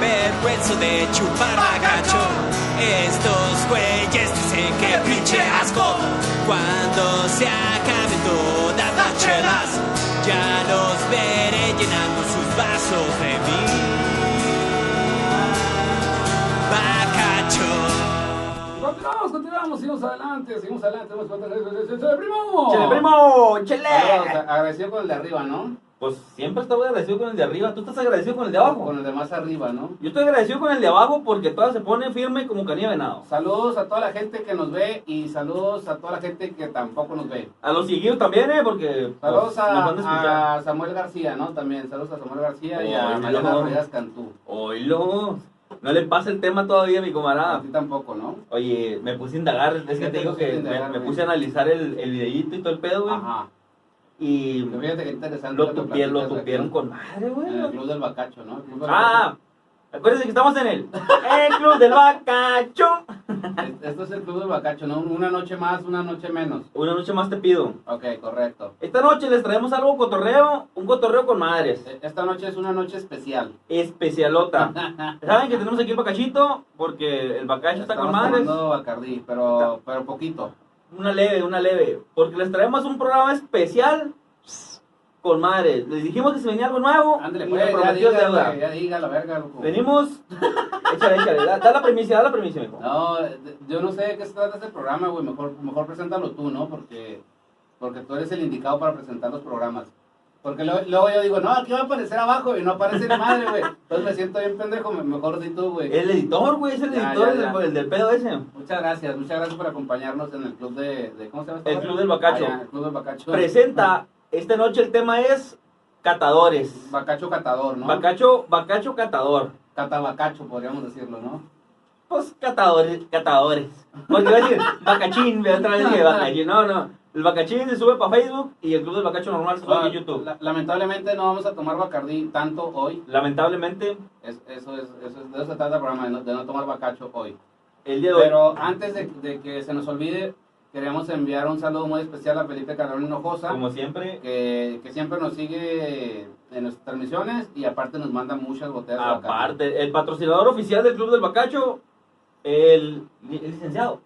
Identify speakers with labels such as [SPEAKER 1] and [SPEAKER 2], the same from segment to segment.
[SPEAKER 1] vergüenzo de chupar a gacho. Estos güeyes dicen que pinche asco. Cuando se acaben todas las chelas, ya los veré llenando sus vasos de mí. Bacacho.
[SPEAKER 2] Continuamos, continuamos, seguimos adelante, seguimos adelante. Vamos a contar- ¡Chele, ¡Chele, primo!
[SPEAKER 3] ¡Chele, primo!
[SPEAKER 2] Saludos,
[SPEAKER 3] ¡Chele!
[SPEAKER 2] Agradecido con el de arriba, ¿no?
[SPEAKER 3] Pues siempre estoy agradecido con el de arriba. Tú estás agradecido con el de abajo.
[SPEAKER 2] Con el de más arriba, ¿no?
[SPEAKER 3] Yo estoy agradecido con el de abajo porque todo se pone firme como canilla de venado.
[SPEAKER 2] Saludos a toda la gente que nos ve y saludos a toda la gente que tampoco nos ve.
[SPEAKER 3] A los seguidos también, ¿eh? Porque pues,
[SPEAKER 2] Saludos
[SPEAKER 3] nos van a escuchar.
[SPEAKER 2] a, a Samuel García, ¿no? También saludos a Samuel García y a
[SPEAKER 3] Oye,
[SPEAKER 2] Mariana
[SPEAKER 3] no.
[SPEAKER 2] Rodríguez Cantú.
[SPEAKER 3] Oílo, no le pasa el tema todavía, mi
[SPEAKER 2] A
[SPEAKER 3] camarada.
[SPEAKER 2] ti tampoco, ¿no?
[SPEAKER 3] Oye, me puse a indagar, es que
[SPEAKER 2] Ya
[SPEAKER 3] te
[SPEAKER 2] te
[SPEAKER 3] digo
[SPEAKER 2] pusiste
[SPEAKER 3] que
[SPEAKER 2] a indagar,
[SPEAKER 3] me, me
[SPEAKER 2] güey.
[SPEAKER 3] puse a analizar el, el videíto y todo el pedo, güey.
[SPEAKER 2] Ajá.
[SPEAKER 3] Y
[SPEAKER 2] Pero Fíjate que interesante.
[SPEAKER 3] lo,
[SPEAKER 2] que
[SPEAKER 3] tupie- lo
[SPEAKER 2] platicas aquí
[SPEAKER 3] tupieron con madre, güey.
[SPEAKER 2] En el Club del Bacacho, ¿no? El Club del
[SPEAKER 3] Ah, acuérdense que estamos en el, el Club del Bacacho.
[SPEAKER 2] Bacacho. Esto es el Club del Bacacho, ¿no? Una noche más, una noche menos.
[SPEAKER 3] Una noche más te pido.
[SPEAKER 2] Ok, correcto.
[SPEAKER 3] Esta noche les traemos algo cotorreo, un cotorreo con madres.
[SPEAKER 2] E- Esta noche es una noche especial.
[SPEAKER 3] Especialota. Saben que tenemos aquí el bacachito, porque el bacacho está con
[SPEAKER 2] Estamos
[SPEAKER 3] madres.
[SPEAKER 2] tomando Bacardí, pero, pero poquito.
[SPEAKER 3] Una leve, una leve. Porque les traemos un programa especial con madres. Les dijimos que se venía algo nuevo.
[SPEAKER 2] Ándale,
[SPEAKER 3] Oh, y
[SPEAKER 2] pues,
[SPEAKER 3] lo
[SPEAKER 2] ya
[SPEAKER 3] prometido
[SPEAKER 2] diga,
[SPEAKER 3] es deuda.
[SPEAKER 2] güey, ya diga la verga, loco.
[SPEAKER 3] Venimos. échale, échale. Da, da la primicia, da la primicia, mijo.
[SPEAKER 2] No, de- yo no sé de qué se trata este programa, güey. Mejor, mejor preséntalo tú, ¿no? Porque, porque tú eres el indicado para presentar los programas. Porque luego, luego yo digo, no, aquí va a aparecer abajo y no aparece ni madre, güey. Entonces me siento bien pendejo, me- mejor di tú, güey.
[SPEAKER 3] El editor, güey, es el
[SPEAKER 2] Ya,
[SPEAKER 3] editor
[SPEAKER 2] ya,
[SPEAKER 3] el del-
[SPEAKER 2] ya.
[SPEAKER 3] el del pedo ese.
[SPEAKER 2] Muchas gracias, muchas gracias por acompañarnos en el club de, de- ¿cómo se llama? esta
[SPEAKER 3] El
[SPEAKER 2] madre?
[SPEAKER 3] Club del Bacacho.
[SPEAKER 2] Ah, ya, el club del Bacacho.
[SPEAKER 3] Presenta, esta noche el tema es catadores.
[SPEAKER 2] Bacacho catador, ¿no?
[SPEAKER 3] Bacacho, bacacho catador.
[SPEAKER 2] Catabacacho, podríamos decirlo, ¿no?
[SPEAKER 3] Pues catadores, catadores. Porque iba a decir bacachín, pero otra vez dije bacachín. No, no. El bacachín se sube para Facebook y el club del bacacho normal se sube a
[SPEAKER 2] Ah,
[SPEAKER 3] YouTube.
[SPEAKER 2] la- lamentablemente no vamos a tomar Bacardí tanto hoy.
[SPEAKER 3] Lamentablemente,
[SPEAKER 2] Es- eso, es, eso es- de eso se trata el programa, de no, de no tomar Bacacho hoy.
[SPEAKER 3] el día de hoy.
[SPEAKER 2] Pero antes de, de que se nos olvide, queremos enviar un saludo muy especial a Felipe Calderón Hinojosa,
[SPEAKER 3] como siempre,
[SPEAKER 2] que, que siempre nos sigue en nuestras transmisiones y aparte nos manda muchas botellas de Bacardí.
[SPEAKER 3] aparte, el patrocinador oficial del club del bacacho, el, li- el licenciado.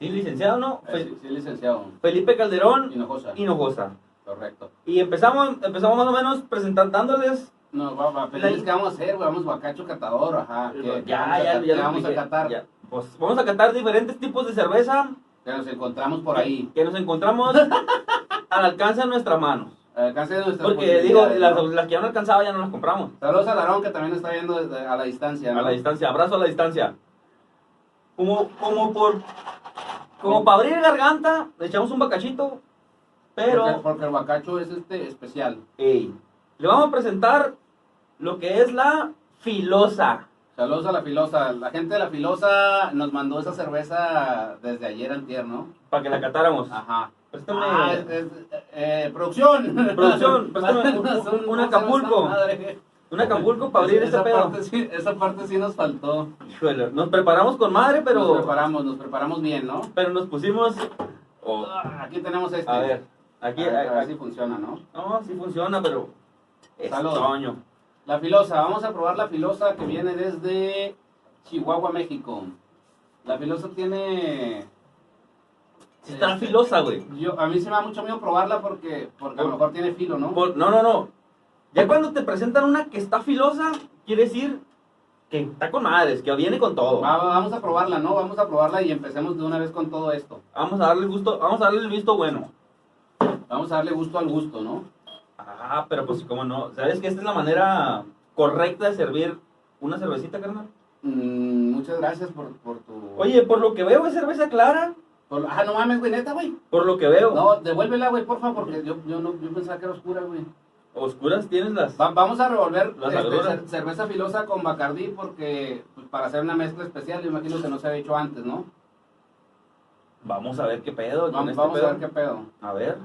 [SPEAKER 3] Sí, licenciado, ¿no?
[SPEAKER 2] Eh,
[SPEAKER 3] Fe-
[SPEAKER 2] sí, sí, licenciado
[SPEAKER 3] Felipe Calderón
[SPEAKER 2] Hinojosa.
[SPEAKER 3] Hinojosa.
[SPEAKER 2] Correcto.
[SPEAKER 3] Y empezamos, empezamos más o menos presentándoles.
[SPEAKER 2] No, va, va, felices que vamos a hacer, güey, vamos Bacacho Catador, ajá. Ah, que-
[SPEAKER 3] Ya,
[SPEAKER 2] que vamos a
[SPEAKER 3] ya, ya.
[SPEAKER 2] cat-
[SPEAKER 3] lo
[SPEAKER 2] que vamos a
[SPEAKER 3] expliqué.
[SPEAKER 2] catar,
[SPEAKER 3] Ya. Pues vamos a catar diferentes tipos de cerveza
[SPEAKER 2] que nos encontramos por ahí.
[SPEAKER 3] que nos encontramos al alcance de nuestras manos.
[SPEAKER 2] Alcance de nuestras
[SPEAKER 3] Porque digo,
[SPEAKER 2] posibilidades,
[SPEAKER 3] las,
[SPEAKER 2] ¿no?
[SPEAKER 3] las que ya no alcanzaba ya no las compramos.
[SPEAKER 2] Saludos a Larón que también está viendo desde- a la distancia. ¿no?
[SPEAKER 3] A la distancia, abrazo a la distancia. Como, como por. Como para abrir garganta, le echamos un bacachito.
[SPEAKER 2] Porque,
[SPEAKER 3] Pero.
[SPEAKER 2] porque el bacacho es este especial.
[SPEAKER 3] ey, le vamos a presentar lo que es la filosa.
[SPEAKER 2] Saludos a la filosa. La gente de la filosa nos mandó esa cerveza desde ayer antier, ¿no?
[SPEAKER 3] Para que la catáramos.
[SPEAKER 2] Ajá.
[SPEAKER 3] Préstame-
[SPEAKER 2] Ah, es- es- eh, producción.
[SPEAKER 3] Producción, préstame un-
[SPEAKER 2] Unas-
[SPEAKER 3] un- un
[SPEAKER 2] unas-
[SPEAKER 3] Acapulco.
[SPEAKER 2] esa madre.
[SPEAKER 3] Un Acapulco para abrir
[SPEAKER 2] Esa-
[SPEAKER 3] ese
[SPEAKER 2] esa
[SPEAKER 3] pedo.
[SPEAKER 2] Parte, sí, esa parte sí nos faltó.
[SPEAKER 3] Híjole, nos preparamos con madre,
[SPEAKER 2] Nos
[SPEAKER 3] pero.
[SPEAKER 2] preparamos, nos preparamos bien, ¿no?
[SPEAKER 3] pero nos pusimos. oh,
[SPEAKER 2] Ah, Aquí tenemos este.
[SPEAKER 3] a ver, aquí.
[SPEAKER 2] A ver, a ver
[SPEAKER 3] aquí-
[SPEAKER 2] si funciona, ¿no?
[SPEAKER 3] No, sí funciona, pero. Es
[SPEAKER 2] Salud.
[SPEAKER 3] extraño.
[SPEAKER 2] La filosa, vamos a probar la filosa que viene desde Chihuahua, México. La filosa tiene... eh,
[SPEAKER 3] Sí está filosa, güey.
[SPEAKER 2] Yo, a mí se me da mucho miedo probarla porque, porque a lo mejor tiene filo, ¿no?
[SPEAKER 3] Por- no, no, no. Ya cuando te presentan una que está filosa, quiere decir que está con madres, que viene con todo.
[SPEAKER 2] Va- va- vamos a probarla, ¿no? Vamos a probarla y empecemos de una vez con todo esto.
[SPEAKER 3] Vamos a darle el gusto, vamos a darle el visto bueno.
[SPEAKER 2] Vamos a darle gusto al gusto, ¿no?
[SPEAKER 3] Ah, pero pues cómo no. ¿Sabes que esta es la manera correcta de servir una cervecita, carnal?
[SPEAKER 2] Mm, muchas gracias por, por tu...
[SPEAKER 3] Oye, por lo que veo es cerveza clara,
[SPEAKER 2] Por- Ah, no mames, güey, neta, güey.
[SPEAKER 3] por lo que veo.
[SPEAKER 2] No, devuélvela, güey, porfa, porque yo, yo, no, yo pensaba que era oscura, güey.
[SPEAKER 3] Oscuras tienes las.
[SPEAKER 2] Va- vamos a revolver
[SPEAKER 3] Las
[SPEAKER 2] este,
[SPEAKER 3] agruras.
[SPEAKER 2] cer- cerveza filosa con Bacardí porque pues, para hacer una mezcla especial, yo imagino que no se había hecho antes, ¿no?
[SPEAKER 3] Vamos a ver qué pedo con
[SPEAKER 2] Vamos,
[SPEAKER 3] este
[SPEAKER 2] vamos
[SPEAKER 3] pedo.
[SPEAKER 2] a ver qué pedo.
[SPEAKER 3] A ver.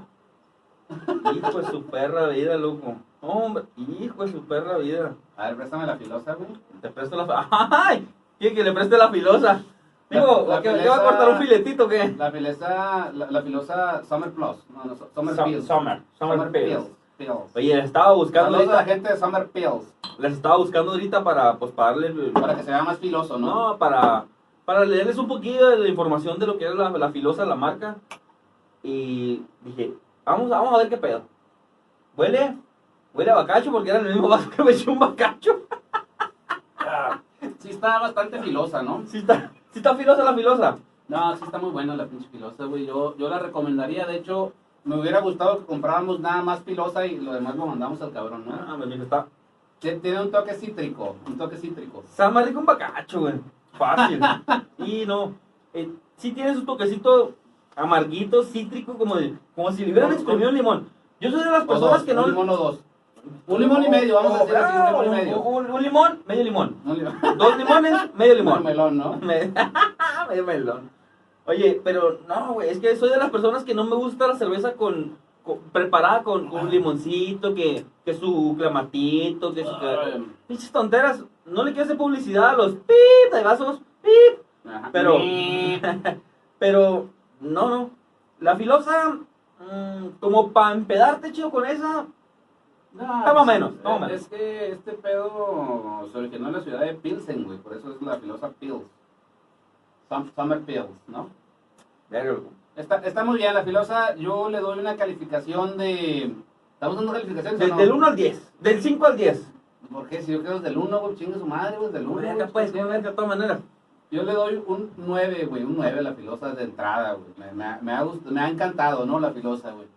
[SPEAKER 3] Hijo de su perra vida, loco. Hombre, hijo de su perra vida.
[SPEAKER 2] A ver, préstame la filosa, güey.
[SPEAKER 3] Te presto la. ¡Ay! ¿Quién que le preste la filosa? Digo,
[SPEAKER 2] La- la
[SPEAKER 3] que me
[SPEAKER 2] filesa-
[SPEAKER 3] va a cortar un filetito que.
[SPEAKER 2] La filosa, la, la filosa Summer Plus. No, no, Summer Pills.
[SPEAKER 3] Summer,
[SPEAKER 2] Summer Pills. Pills.
[SPEAKER 3] Oye, les estaba buscando
[SPEAKER 2] Saludos a la
[SPEAKER 3] ahorita,
[SPEAKER 2] gente de Summer Pills.
[SPEAKER 3] les estaba buscando ahorita para, pues, para darle...
[SPEAKER 2] Para que se vea más filoso, ¿no?
[SPEAKER 3] No, para, para leerles un poquito de la información de lo que era la, la filosa, la marca. Y dije, vamos, vamos a ver qué pedo. Huele, huele a bacacho porque era el mismo vaso que me eché un bacacho.
[SPEAKER 2] Sí está bastante filosa, ¿no?
[SPEAKER 3] Sí está, sí está filosa la filosa.
[SPEAKER 2] No, sí está muy buena la pinche filosa, güey. Yo, yo la recomendaría, de hecho, me hubiera gustado que compráramos nada más filosa y lo demás lo mandamos al cabrón, ¿no?
[SPEAKER 3] Ah, me dijo, está.
[SPEAKER 2] Tiene- Tiene un toque cítrico, un toque cítrico.
[SPEAKER 3] Está más rico un bacacho, güey. Fácil. y no, eh, sí tiene su toquecito amarguito, cítrico, como, de- como si le hubieran exprimido un limón. Yo soy de las
[SPEAKER 2] O
[SPEAKER 3] personas
[SPEAKER 2] dos,
[SPEAKER 3] que no...
[SPEAKER 2] Un limón o dos. Un limón y medio, vamos a decir así, un limón y medio.
[SPEAKER 3] Un, un limón, medio limón.
[SPEAKER 2] Un limón.
[SPEAKER 3] Dos limones, medio
[SPEAKER 2] Un
[SPEAKER 3] limón.
[SPEAKER 2] melón, ¿no?
[SPEAKER 3] Me- medio melón. Oye, pero no, güey, es que soy de las personas que no me gusta la cerveza con, con- preparada con, con un limoncito, que, que su clamatito, que su... que- Pinches tonteras, no le quiero hacer publicidad a los pip de vasos, pip,
[SPEAKER 2] Ajá.
[SPEAKER 3] pero... pero, no, no. La filosa, mm, como para empedarte chido con esa,
[SPEAKER 2] No,
[SPEAKER 3] Está más o
[SPEAKER 2] pues,
[SPEAKER 3] menos, está más o
[SPEAKER 2] es- Es que este pedo se originó en la ciudad de Pilsen, güey. Por eso es la filosa Pils. Sum- Summer Pils, ¿no?
[SPEAKER 3] Pero,
[SPEAKER 2] Está, está muy bien, la filosa. Yo le doy una calificación de. ¿Estamos dando calificaciones o
[SPEAKER 3] del,
[SPEAKER 2] no?
[SPEAKER 3] del 1 al 10, del 5 al 10.
[SPEAKER 2] ¿Por qué? Si yo quiero del 1, güey, chingue su madre, güey, del 1.
[SPEAKER 3] Verga, pues, que verga, de todas maneras.
[SPEAKER 2] Yo le doy un 9, güey, un 9 a la filosa de entrada, güey. Me, me, ha- me ha gust- me ha encantado, ¿no? La filosa, güey.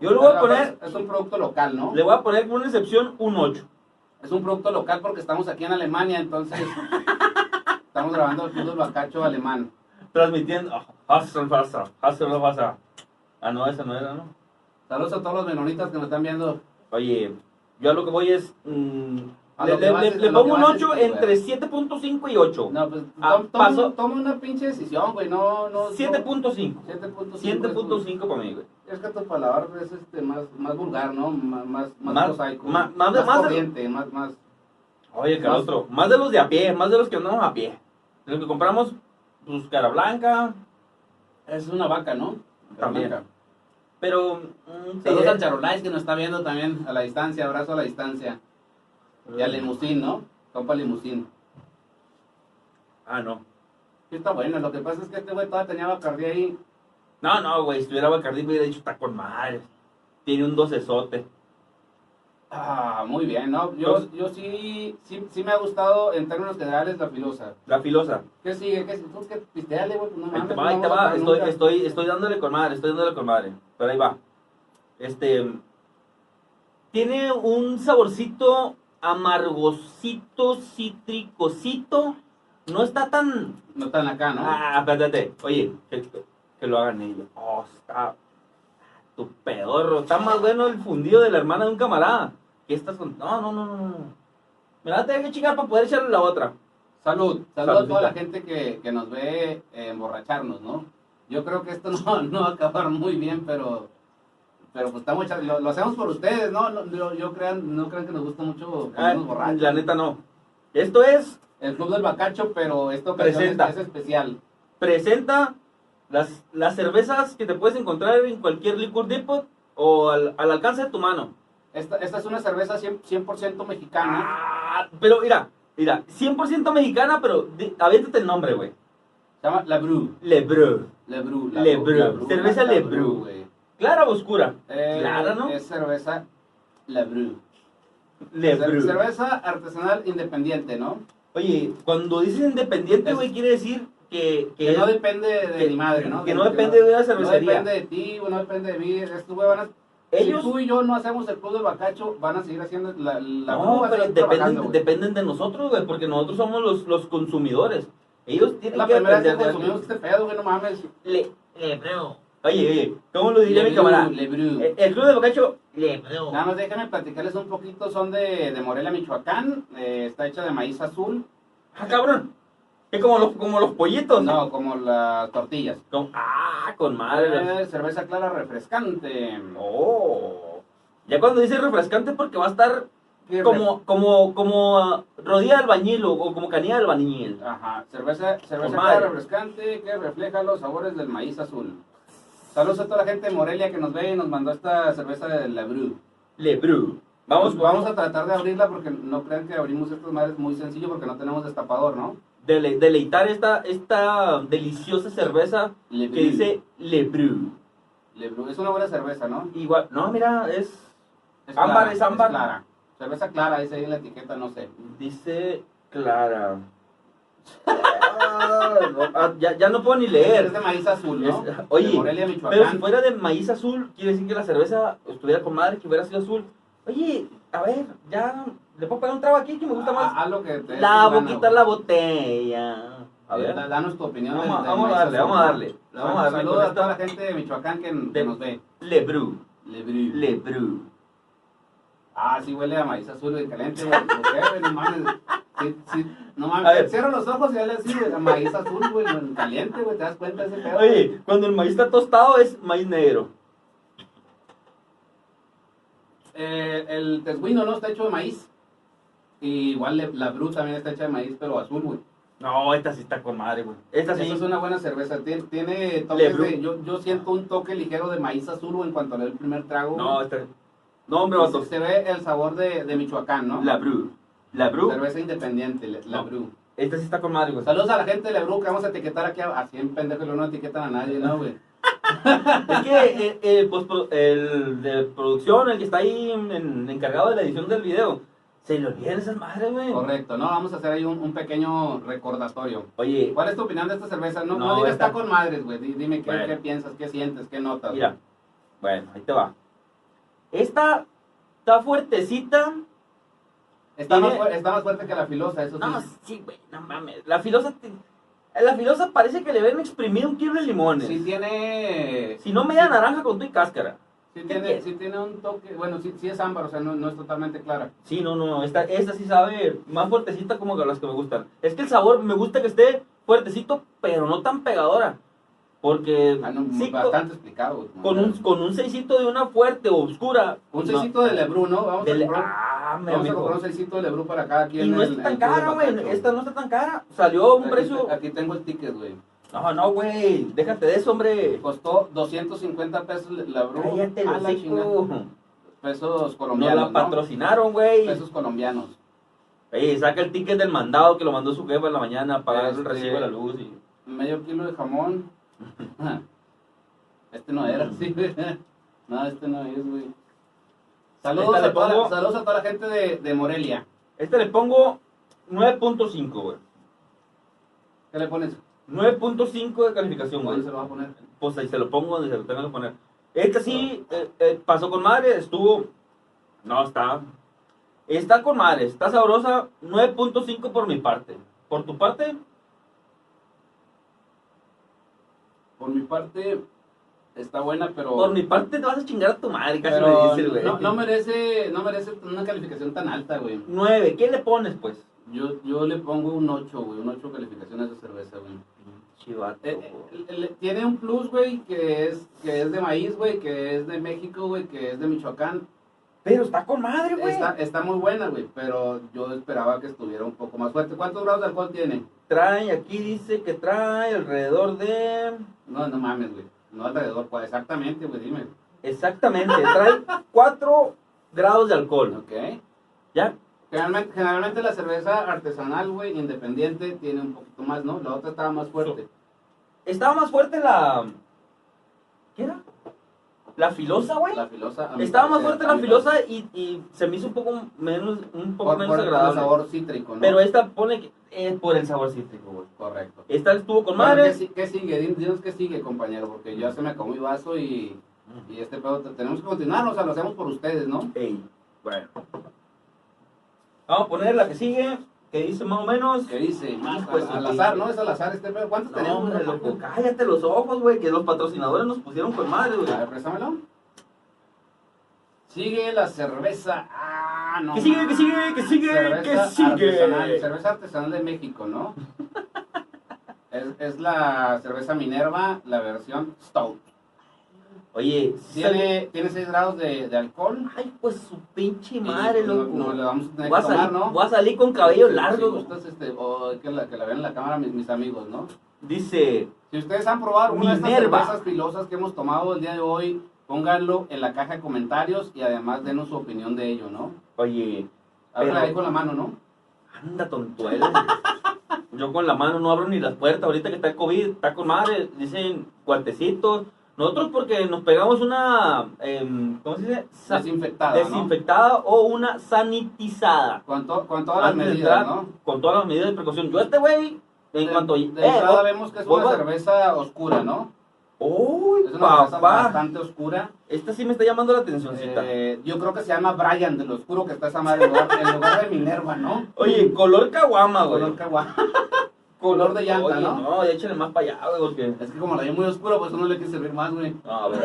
[SPEAKER 3] Yo le voy a
[SPEAKER 2] Pero,
[SPEAKER 3] poner,
[SPEAKER 2] pues, Es un producto local, ¿no?
[SPEAKER 3] le voy a poner como una excepción un 8.
[SPEAKER 2] Es un producto local porque estamos aquí en Alemania, entonces. estamos grabando el fútbol bacacho alemán.
[SPEAKER 3] Transmitiendo. ah, Hassan Fasa, Hassan Fasa. Ah, no, esa no era, ¿no?
[SPEAKER 2] Saludos a todos los menonitas que nos están viendo.
[SPEAKER 3] Oye, yo a lo que voy es. mm,
[SPEAKER 2] A
[SPEAKER 3] le
[SPEAKER 2] lo que
[SPEAKER 3] le-
[SPEAKER 2] vas
[SPEAKER 3] le-
[SPEAKER 2] es-
[SPEAKER 3] le
[SPEAKER 2] a lo
[SPEAKER 3] pongo
[SPEAKER 2] que
[SPEAKER 3] un
[SPEAKER 2] vas es
[SPEAKER 3] 8
[SPEAKER 2] que,
[SPEAKER 3] entre 7.5 y 8.
[SPEAKER 2] No, pues
[SPEAKER 3] Ah,
[SPEAKER 2] tom- toma,
[SPEAKER 3] paso.
[SPEAKER 2] toma una pinche decisión, güey. No, no.
[SPEAKER 3] 7.5.
[SPEAKER 2] 7.5.
[SPEAKER 3] 7.5 para mí, güey.
[SPEAKER 2] Es que tu palabra es este, más, más vulgar, ¿no? Más, más, más,
[SPEAKER 3] Más-
[SPEAKER 2] prosaico.
[SPEAKER 3] más- más- más-
[SPEAKER 2] corriente, más, más.
[SPEAKER 3] Oye, calostro, más de los de a pie, más de los que andamos a pie. De los que compramos, pues, cara blanca.
[SPEAKER 2] Es una vaca, ¿no?
[SPEAKER 3] También.
[SPEAKER 2] Blanca.
[SPEAKER 3] Pero. mm,
[SPEAKER 2] Saludos
[SPEAKER 3] sí,
[SPEAKER 2] al Charolais que nos está viendo también a la distancia. Abrazo a la distancia. Y al Limusín, ¿no? Compa Limusín.
[SPEAKER 3] Ah, no.
[SPEAKER 2] Sí, está bueno. Lo que pasa es que este güey todavía tenía bacardí ahí.
[SPEAKER 3] No, no, güey, si tuviera Bacardi me hubiera dicho, está con madre. Tiene un docesote.
[SPEAKER 2] Ah, muy bien, ¿no? Yo,
[SPEAKER 3] Entonces-
[SPEAKER 2] yo sí, sí, sí me ha gustado en términos generales la filosa.
[SPEAKER 3] La filosa.
[SPEAKER 2] ¿Qué sigue? ¿Qué sigue? Tú que pisteale, güey, pues no
[SPEAKER 3] Ahí
[SPEAKER 2] mames.
[SPEAKER 3] te
[SPEAKER 2] no
[SPEAKER 3] va, ahí te
[SPEAKER 2] vamos a
[SPEAKER 3] va.
[SPEAKER 2] parar
[SPEAKER 3] Estoy,
[SPEAKER 2] nunca.
[SPEAKER 3] estoy, estoy dándole con madre, estoy dándole con madre. Pero ahí va. Este. Tiene un saborcito amargosito, cítricosito. No está tan.
[SPEAKER 2] No están acá, ¿no?
[SPEAKER 3] Ah, espérate. Oye, que, que lo hagan ellos. Oh, está. Tu pedorro. Está más bueno el fundido de la hermana de un camarada. ¿Qué estás con.? No, no, no, no. no. Me la voy a tener que chingar para poder echarle la otra.
[SPEAKER 2] Salud, salud a
[SPEAKER 3] Saludita.
[SPEAKER 2] toda la gente que, que nos ve eh, emborracharnos, ¿no? Yo creo que esto no, no va a acabar muy bien, pero pero pues estamos echando- lo, lo hacemos por ustedes, ¿no? No- Yo, yo crean, no crean que nos gusta mucho
[SPEAKER 3] Ah,
[SPEAKER 2] ponernos borrachos.
[SPEAKER 3] la neta no. Esto es
[SPEAKER 2] El club del bacacho, pero esta ocasión es,
[SPEAKER 3] Presenta.
[SPEAKER 2] es especial.
[SPEAKER 3] presenta las, las cervezas que te puedes encontrar en cualquier liquor depot o al, al alcance de tu mano.
[SPEAKER 2] Esta, esta es una cerveza 100%, 100% mexicana.
[SPEAKER 3] Ah, pero mira, mira, 100% mexicana, pero di- aviéntate el nombre, güey.
[SPEAKER 2] Se llama La Bru.
[SPEAKER 3] Le Breu.
[SPEAKER 2] Le Bru. la
[SPEAKER 3] Le Bru,
[SPEAKER 2] la
[SPEAKER 3] cerveza
[SPEAKER 2] la
[SPEAKER 3] Le
[SPEAKER 2] Bru,
[SPEAKER 3] Bru.
[SPEAKER 2] güey.
[SPEAKER 3] Clara o oscura.
[SPEAKER 2] Eh,
[SPEAKER 3] Clara, ¿no?
[SPEAKER 2] Es cerveza La Bru.
[SPEAKER 3] Le
[SPEAKER 2] Cer-
[SPEAKER 3] Breu.
[SPEAKER 2] Cerveza artesanal independiente, ¿no?
[SPEAKER 3] Oye, cuando dices independiente,
[SPEAKER 2] Es-
[SPEAKER 3] güey, quiere decir que, que
[SPEAKER 2] Que no
[SPEAKER 3] es-
[SPEAKER 2] depende de
[SPEAKER 3] que-
[SPEAKER 2] mi madre, ¿no?
[SPEAKER 3] que no depende de una cervecería.
[SPEAKER 2] No depende de ti, güey, no depende de mí. Estos güey van a...
[SPEAKER 3] ellos...
[SPEAKER 2] Si tú y yo no hacemos el club de bacacho, van a seguir haciendo la... la
[SPEAKER 3] no,
[SPEAKER 2] va a
[SPEAKER 3] pero
[SPEAKER 2] seguir trabajando,
[SPEAKER 3] dependen,
[SPEAKER 2] güey.
[SPEAKER 3] dependen de nosotros, güey, porque nosotros somos los, los consumidores. Ellos
[SPEAKER 2] Es
[SPEAKER 3] tienen
[SPEAKER 2] la
[SPEAKER 3] que
[SPEAKER 2] primera vez
[SPEAKER 3] depender
[SPEAKER 2] que
[SPEAKER 3] de
[SPEAKER 2] consumimos este pedo, güey, no mames.
[SPEAKER 3] Le, le Breu. Oye, oye, ¿cómo lo diría mi camarada? Eh,
[SPEAKER 2] Le Bru.
[SPEAKER 3] El, el club de Bocacho, le Breu.
[SPEAKER 2] Nada más déjenme platicarles un poquito. Son de, de Morelia, Michoacán. Eh, está hecha de maíz azul.
[SPEAKER 3] Ah, cabrón. Es como los, como los pollitos.
[SPEAKER 2] No, como las tortillas.
[SPEAKER 3] Como- ah, con madre.
[SPEAKER 2] Eh, cerveza clara refrescante.
[SPEAKER 3] Oh. Ya cuando dice refrescante porque va a estar como, como, como ah, rodilla del bañil o, o como canilla del bañil.
[SPEAKER 2] Ah. Ajá, cerveza, cerveza
[SPEAKER 3] Con madre.
[SPEAKER 2] clara refrescante que refleja los sabores del maíz azul. Saludos a toda la gente de Morelia que nos ve y nos mandó esta cerveza de la Brew.
[SPEAKER 3] Le Bru. Vamos,
[SPEAKER 2] Pues vamos a tratar de abrirla porque no crean que abrimos estos madres muy sencillo porque no tenemos destapador, ¿no?
[SPEAKER 3] dele- deleitar esta, esta deliciosa cerveza
[SPEAKER 2] Le
[SPEAKER 3] que dice Le Bru.
[SPEAKER 2] Le Brew. Es una buena cerveza, ¿no?
[SPEAKER 3] Igual, no, mira, es.
[SPEAKER 2] Es
[SPEAKER 3] Ámbar,
[SPEAKER 2] clara,
[SPEAKER 3] es ámbar.
[SPEAKER 2] clara. Cerveza clara, dice ahí en la etiqueta, no sé.
[SPEAKER 3] Dice Clara. Ah, no, ah, ya, ya no puedo ni leer.
[SPEAKER 2] Es de maíz azul, ¿no?
[SPEAKER 3] Es- oye,
[SPEAKER 2] de Morelia,
[SPEAKER 3] Pero si
[SPEAKER 2] Michoacán.
[SPEAKER 3] fuera de maíz azul, quiere decir que la cerveza estuviera con madre, que hubiera sido azul. Oye, a ver, ya le puedo pegar un trago aquí que me gusta más.
[SPEAKER 2] Haz Ah, lo que te
[SPEAKER 3] la
[SPEAKER 2] dé tu
[SPEAKER 3] boquita,
[SPEAKER 2] gana,
[SPEAKER 3] la
[SPEAKER 2] güey.
[SPEAKER 3] botella. A
[SPEAKER 2] Da-
[SPEAKER 3] ver,
[SPEAKER 2] Danos tu opinión.
[SPEAKER 3] Vamos-
[SPEAKER 2] del- del
[SPEAKER 3] vamos a
[SPEAKER 2] maíz
[SPEAKER 3] darle,
[SPEAKER 2] azul.
[SPEAKER 3] vamos a darle.
[SPEAKER 2] Bueno,
[SPEAKER 3] Vamos a darle
[SPEAKER 2] Saludos
[SPEAKER 3] con
[SPEAKER 2] a toda la
[SPEAKER 3] esta-
[SPEAKER 2] gente de Michoacán que, que
[SPEAKER 3] De-
[SPEAKER 2] nos ve.
[SPEAKER 3] le bru,
[SPEAKER 2] Le Brew.
[SPEAKER 3] le bru.
[SPEAKER 2] Ah, sí huele a maíz azul y caliente, güey. ¿Por qué, güey? No mames. Sí, sí, no
[SPEAKER 3] A
[SPEAKER 2] mames.
[SPEAKER 3] ver.
[SPEAKER 2] Cierra los ojos y dale así, güey. A maíz azul, güey. en Caliente, güey. ¿Te das cuenta de ese pedo? güey?
[SPEAKER 3] Oye, cuando el maíz está tostado es maíz negro.
[SPEAKER 2] Eh, el tesguino, ¿no? Está hecho de maíz. Y igual le- la Brew también está hecha de maíz, pero azul, güey.
[SPEAKER 3] No, esta sí está con madre, güey. Esta sí.
[SPEAKER 2] Esa es una buena cerveza. Tiene, tiene
[SPEAKER 3] Le
[SPEAKER 2] toques
[SPEAKER 3] Brew.
[SPEAKER 2] de... Yo, yo siento un toque ligero de maíz azul, güey, en cuanto le doy el primer trago.
[SPEAKER 3] No,
[SPEAKER 2] güey.
[SPEAKER 3] esta. No, hombre,
[SPEAKER 2] Y se,
[SPEAKER 3] vato.
[SPEAKER 2] Pues, se ve el sabor de, de Michoacán, ¿no?
[SPEAKER 3] La bru. La bru.
[SPEAKER 2] Cerveza independiente, le- la
[SPEAKER 3] No.
[SPEAKER 2] Brew.
[SPEAKER 3] Esta sí está con madre, güey.
[SPEAKER 2] Saludos a la gente de la Brew que vamos a etiquetar aquí. A, a 100 pendejos, luego no etiquetan a nadie, ¿no, güey?
[SPEAKER 3] Es que eh, eh, postpro- el de producción, el que está ahí en- encargado de la edición del video, se le olvidan esas madres, güey.
[SPEAKER 2] Correcto, no, vamos a hacer ahí un, un pequeño recordatorio.
[SPEAKER 3] Oye,
[SPEAKER 2] ¿Cuál es tu opinión de esta cerveza? No, no,
[SPEAKER 3] No,
[SPEAKER 2] digas
[SPEAKER 3] esta-
[SPEAKER 2] está con madres, güey. Di- Dime qué,
[SPEAKER 3] Bueno.
[SPEAKER 2] qué piensas, qué sientes, qué notas.
[SPEAKER 3] mira. Bueno, ahí te va. Esta está fuertecita.
[SPEAKER 2] Está, más,
[SPEAKER 3] Tiene-
[SPEAKER 2] fuer- está más fuerte que la filosa, eso sí.
[SPEAKER 3] No, sí, güey, no mames. La filosa, te- la filosa parece que le ven exprimido un kilo de limones.
[SPEAKER 2] sí tiene...
[SPEAKER 3] Si no, media naranja con tu y cáscara.
[SPEAKER 2] Sí
[SPEAKER 3] ¿Qué
[SPEAKER 2] tiene,
[SPEAKER 3] quieres?
[SPEAKER 2] sí tiene un toque, bueno, sí, sí es ámbar, o sea, no, no es totalmente clara.
[SPEAKER 3] Sí, no, no, esta, esta sí sabe más fuertecita como que las que me gustan. Es que el sabor me gusta que esté fuertecito, pero no tan pegadora. Porque
[SPEAKER 2] Ah, no,
[SPEAKER 3] sí, co-
[SPEAKER 2] bastante explicado. güey.
[SPEAKER 3] con, un, con un seisito de una fuerte o oscura.
[SPEAKER 2] Un
[SPEAKER 3] no,
[SPEAKER 2] seisito de Lebrú, ¿no? Vamos,
[SPEAKER 3] de
[SPEAKER 2] a,
[SPEAKER 3] le-
[SPEAKER 2] comprar,
[SPEAKER 3] ah,
[SPEAKER 2] vamos
[SPEAKER 3] me
[SPEAKER 2] a
[SPEAKER 3] amigo.
[SPEAKER 2] comprar un seisito de Lebrú para cada quien.
[SPEAKER 3] Y no
[SPEAKER 2] en-
[SPEAKER 3] está tan
[SPEAKER 2] en Club de
[SPEAKER 3] cara, güey.
[SPEAKER 2] Pacacho.
[SPEAKER 3] Esta no está tan cara. Salió a un
[SPEAKER 2] Aquí-
[SPEAKER 3] precio.
[SPEAKER 2] Aquí tengo el ticket, güey.
[SPEAKER 3] No, no, güey. Déjate de eso, hombre.
[SPEAKER 2] Costó 250 pesos la Bru.
[SPEAKER 3] Cállate,
[SPEAKER 2] A la
[SPEAKER 3] el
[SPEAKER 2] chingada.
[SPEAKER 3] hocico.
[SPEAKER 2] Pesos
[SPEAKER 3] No
[SPEAKER 2] colombianos.
[SPEAKER 3] la
[SPEAKER 2] ¿no?
[SPEAKER 3] patrocinaron, güey.
[SPEAKER 2] Pesos colombianos.
[SPEAKER 3] Oye, saca el ticket del mandado que lo mandó su jefa en la mañana a pagar el
[SPEAKER 2] Este-
[SPEAKER 3] recibo de la luz. Y...
[SPEAKER 2] Medio kilo de jamón. este no era, sí. güey. no, este no es, güey. Saludos,
[SPEAKER 3] Esta le
[SPEAKER 2] a toda, la-
[SPEAKER 3] pongo-
[SPEAKER 2] saludos a toda la gente de, de Morelia.
[SPEAKER 3] Este le pongo 9.5, güey.
[SPEAKER 2] ¿Qué le pones?
[SPEAKER 3] 9.5 de calificación, güey.
[SPEAKER 2] ¿Dónde se lo va a poner?
[SPEAKER 3] Pues ahí se lo pongo donde se lo tenga que poner. Esta sí eh, eh, pasó con madre, estuvo. No, está. Está con madre, está sabrosa. 9.5 por mi parte. Por tu parte,
[SPEAKER 2] Por mi parte, está buena, pero.
[SPEAKER 3] por mi parte te vas a chingar a tu madre, casi
[SPEAKER 2] Oh. pero
[SPEAKER 3] me dice, güey.
[SPEAKER 2] no, no merece, no merece una calificación tan alta, güey.
[SPEAKER 3] 9, ¿qué le pones, pues?
[SPEAKER 2] Yo, yo le pongo un 8, güey. Un 8 calificación a esa cerveza, güey.
[SPEAKER 3] Chivato.
[SPEAKER 2] Eh, eh, le- le- tiene un plus, güey, que es, que es de maíz, güey, que es de México, güey, que es de Michoacán.
[SPEAKER 3] Pero está con madre, güey.
[SPEAKER 2] Está, está muy buena, güey, pero yo esperaba que estuviera un poco más fuerte. ¿Cuántos grados de alcohol tiene?
[SPEAKER 3] Trae, aquí dice que trae alrededor de.
[SPEAKER 2] No, no mames, güey. No alrededor, ¿cuál? Exactamente, güey, dime.
[SPEAKER 3] Exactamente, trae 4 grados de alcohol.
[SPEAKER 2] Ok.
[SPEAKER 3] ¿Ya?
[SPEAKER 2] Generalmente, generalmente la cerveza artesanal, güey, independiente, tiene un poquito más, ¿no? La otra estaba más fuerte.
[SPEAKER 3] Estaba más fuerte la. ¿Qué era? La filosa, güey.
[SPEAKER 2] La filosa. a mi
[SPEAKER 3] Estaba más
[SPEAKER 2] parecer,
[SPEAKER 3] fuerte
[SPEAKER 2] a
[SPEAKER 3] la
[SPEAKER 2] mi
[SPEAKER 3] filosa y, y se me hizo un poco menos, un poco
[SPEAKER 2] Por,
[SPEAKER 3] menos
[SPEAKER 2] por el
[SPEAKER 3] agradable.
[SPEAKER 2] sabor cítrico, ¿no?
[SPEAKER 3] Pero esta pone que es por el sabor cítrico, güey.
[SPEAKER 2] Correcto.
[SPEAKER 3] Esta estuvo con
[SPEAKER 2] Bueno, ¿qué,
[SPEAKER 3] madre.
[SPEAKER 2] si- qué sigue? Din- Dinos qué sigue, compañero, porque yo ya se me acabó mi vaso y, y este pedo te- tenemos que continuar, o sea, lo hacemos por ustedes, ¿no?
[SPEAKER 3] Ey, bueno. Vamos a poner la que sigue, que dice más o menos.
[SPEAKER 2] ¿Qué dice? Más
[SPEAKER 3] Hijo de su
[SPEAKER 2] al
[SPEAKER 3] pinche.
[SPEAKER 2] azar, ¿no? Es al azar este pedo. ¿Cuántos
[SPEAKER 3] pues, No,
[SPEAKER 2] tenemos?
[SPEAKER 3] hombre,
[SPEAKER 2] no?
[SPEAKER 3] loco, cállate los ojos, güey, que los patrocinadores nos pusieron con madre, güey.
[SPEAKER 2] A ver, préstamelo. Sigue la cerveza. Ah, no.
[SPEAKER 3] Que sigue, que sigue, que sigue, que sigue.
[SPEAKER 2] Artesanal, cerveza artesanal de México, ¿no? es, es la cerveza Minerva, la versión Stout.
[SPEAKER 3] Oye, sí sale-
[SPEAKER 2] Tiene, tiene 6 grados de, de alcohol.
[SPEAKER 3] Ay, pues su pinche madre,
[SPEAKER 2] Y pues, no-
[SPEAKER 3] loco.
[SPEAKER 2] No, le vamos a tener
[SPEAKER 3] voy, a
[SPEAKER 2] que tomar,
[SPEAKER 3] salir,
[SPEAKER 2] ¿no?
[SPEAKER 3] voy a salir con cabello
[SPEAKER 2] Sí,
[SPEAKER 3] largo.
[SPEAKER 2] si gustas, este, o que, la, que la vean en la cámara mis, mis amigos, ¿no?
[SPEAKER 3] Dice,
[SPEAKER 2] Si ustedes han probado una de estas
[SPEAKER 3] Minerva.
[SPEAKER 2] cervezas pilosas que hemos tomado el día de hoy, pónganlo en la caja de comentarios y además denos su opinión de ello, ¿no?
[SPEAKER 3] oye,
[SPEAKER 2] Ábrela
[SPEAKER 3] Pero-
[SPEAKER 2] ahí con la mano, ¿no?
[SPEAKER 3] anda tontuelo. Yo con la mano no abro ni las puertas. Ahorita que está el COVID, está con madre. Dicen cuartecitos. Nosotros porque nos pegamos una, em, ¿cómo se dice? Sa-
[SPEAKER 2] Desinfectada, ¿no?
[SPEAKER 3] desinfectada o una sanitizada.
[SPEAKER 2] Con, to- con todas las
[SPEAKER 3] Antes de
[SPEAKER 2] medidas,
[SPEAKER 3] entrar,
[SPEAKER 2] ¿no?
[SPEAKER 3] Con todas las medidas de precaución. Yo a este güey, en
[SPEAKER 2] De-
[SPEAKER 3] cuanto...
[SPEAKER 2] de
[SPEAKER 3] eh,
[SPEAKER 2] entrada vemos que es
[SPEAKER 3] voy-
[SPEAKER 2] una
[SPEAKER 3] voy-
[SPEAKER 2] cerveza oscura, ¿no?
[SPEAKER 3] ¡Uy,
[SPEAKER 2] Es una cerveza
[SPEAKER 3] papá!
[SPEAKER 2] bastante oscura.
[SPEAKER 3] Esta sí me está llamando la atencióncita.
[SPEAKER 2] Eh, yo creo que se llama Brian, del oscuro que está esa madre, en lugar, en lugar de Minerva, ¿no?
[SPEAKER 3] Oye, color caguama, güey.
[SPEAKER 2] color caguama. color de llanta,
[SPEAKER 3] Oye,
[SPEAKER 2] ¿no?
[SPEAKER 3] No, échale más para allá, güey, porque...
[SPEAKER 2] Es que como la vi muy oscura, pues no le quise servir más, güey.
[SPEAKER 3] No, a ver,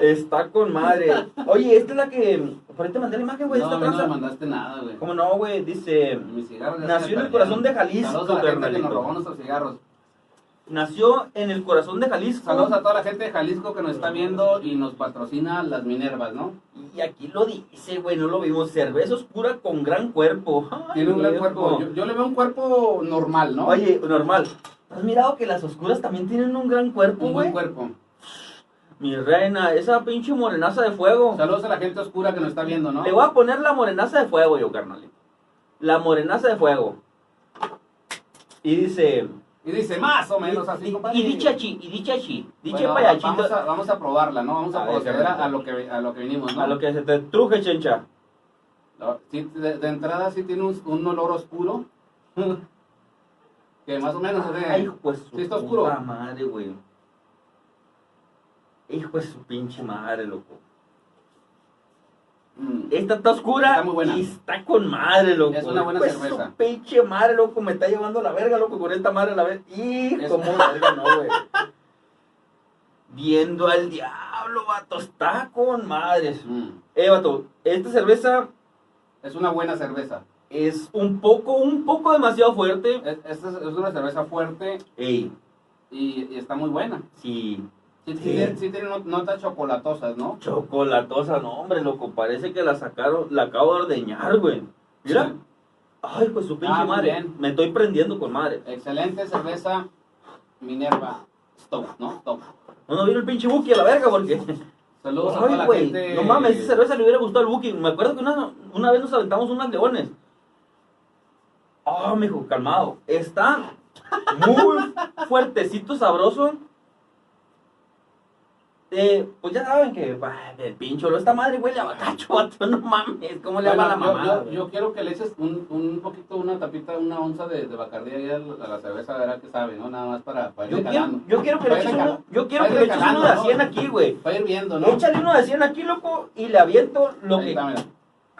[SPEAKER 3] Está con madre. Oye, esta es la que... Por ahí te mandé la imagen, güey, de
[SPEAKER 2] no, a
[SPEAKER 3] esta
[SPEAKER 2] mí no me
[SPEAKER 3] tranza.
[SPEAKER 2] mandaste nada, güey.
[SPEAKER 3] ¿Cómo no, güey? Dice...
[SPEAKER 2] Mis cigarros ya
[SPEAKER 3] Nació
[SPEAKER 2] se
[SPEAKER 3] en el
[SPEAKER 2] perdieron.
[SPEAKER 3] corazón de Jalisco,
[SPEAKER 2] Saludos a la gente que
[SPEAKER 3] carnalito.
[SPEAKER 2] nos robó nuestros cigarros.
[SPEAKER 3] Nació en el corazón de Jalisco.
[SPEAKER 2] Saludos a toda la gente de Jalisco que nos está viendo y nos patrocina las Minervas, ¿no?
[SPEAKER 3] Y aquí lo dice, güey, no lo vimos. Cerveza oscura con gran cuerpo. Ay,
[SPEAKER 2] Tiene un gran
[SPEAKER 3] viejo.
[SPEAKER 2] cuerpo. Yo, yo le veo un cuerpo normal, ¿no?
[SPEAKER 3] Oye, normal. ¿Has mirado que las oscuras también tienen un gran cuerpo,
[SPEAKER 2] un
[SPEAKER 3] güey?
[SPEAKER 2] buen cuerpo.
[SPEAKER 3] Mi reina, esa pinche morenaza de fuego.
[SPEAKER 2] Saludos a la gente oscura que nos está viendo, ¿no?
[SPEAKER 3] Le voy a poner la morenaza de fuego, yo, carnalito. La morenaza de fuego. Y dice.
[SPEAKER 2] Y dice, más o menos así,
[SPEAKER 3] y,
[SPEAKER 2] compadre.
[SPEAKER 3] y dicha chi, y dicha chi, dicha
[SPEAKER 2] Bueno,
[SPEAKER 3] payachito.
[SPEAKER 2] vamos a, vamos a probarla, ¿no? Vamos a,
[SPEAKER 3] A ver,
[SPEAKER 2] proceder
[SPEAKER 3] carnalito.
[SPEAKER 2] a, lo que, a lo que vinimos, ¿no?
[SPEAKER 3] A lo que se te truje, chencha.
[SPEAKER 2] No, sí, de, de entrada sí tiene un, un olor oscuro. que más o menos Eh, es de-
[SPEAKER 3] Ay, hijo de su
[SPEAKER 2] Sí está oscuro.
[SPEAKER 3] puta madre, güey. Hijo de su pinche madre, loco.
[SPEAKER 2] Mm.
[SPEAKER 3] Esta está oscura
[SPEAKER 2] Está muy buena.
[SPEAKER 3] y está con madre, loco.
[SPEAKER 2] Es una buena
[SPEAKER 3] Pues
[SPEAKER 2] cerveza.
[SPEAKER 3] su pinche madre, loco, me está llevando la verga, loco, con esta madre la verga. Y
[SPEAKER 2] Es-
[SPEAKER 3] cómo la verga no, güey. Viendo al diablo, vato, está con madres.
[SPEAKER 2] Mm.
[SPEAKER 3] Eh, vato, esta cerveza
[SPEAKER 2] Es una buena cerveza.
[SPEAKER 3] es un poco, un poco demasiado fuerte.
[SPEAKER 2] Es, esta es, es una cerveza fuerte
[SPEAKER 3] Ey,
[SPEAKER 2] y, y está muy buena.
[SPEAKER 3] sí,
[SPEAKER 2] Sí,
[SPEAKER 3] Sí.
[SPEAKER 2] tiene, sí tiene not- notas chocolatosas, ¿no?
[SPEAKER 3] chocolatosa, no, hombre, loco, parece que la sacaron, la acabo de ordeñar, güey. Mira.
[SPEAKER 2] Sí.
[SPEAKER 3] Ay, pues su pinche
[SPEAKER 2] Ah, muy
[SPEAKER 3] madre.
[SPEAKER 2] bien.
[SPEAKER 3] Me estoy prendiendo con madre.
[SPEAKER 2] Excelente cerveza Minerva Stout, ¿no? Stout.
[SPEAKER 3] No, no vino el pinche buque a la verga porque.
[SPEAKER 2] Saludos a
[SPEAKER 3] Ay,
[SPEAKER 2] toda la
[SPEAKER 3] güey,
[SPEAKER 2] gente.
[SPEAKER 3] No mames, esa cerveza le hubiera gustado al Buki. Me acuerdo que una, una vez nos aventamos unas leones. Ah, mijo, calmado. Está muy fuertecito, sabroso. Eh, pues ya saben que bah, el pincho, lo esta madre huele a bacacho, vato, no mames, ¿cómo le llama la
[SPEAKER 2] Bueno, yo-
[SPEAKER 3] mamada?
[SPEAKER 2] yo,
[SPEAKER 3] güey?
[SPEAKER 2] yo quiero que le eches un, un poquito, una tapita, una onza de, de Bacardí ahí a la, a la cerveza, verá que sabe, ¿no? Nada más para, para
[SPEAKER 3] Yo
[SPEAKER 2] ir
[SPEAKER 3] quiero,
[SPEAKER 2] ganando.
[SPEAKER 3] yo quiero que le
[SPEAKER 2] Vaya
[SPEAKER 3] eches
[SPEAKER 2] recal-
[SPEAKER 3] uno, yo quiero que
[SPEAKER 2] vaya
[SPEAKER 3] le eches uno de a
[SPEAKER 2] recalando,
[SPEAKER 3] 100
[SPEAKER 2] ¿no?
[SPEAKER 3] aquí, güey.
[SPEAKER 2] Para ir viendo, ¿no?
[SPEAKER 3] Échale uno de 100 aquí, loco, y le aviento lo
[SPEAKER 2] Ahí
[SPEAKER 3] que.
[SPEAKER 2] está, mira.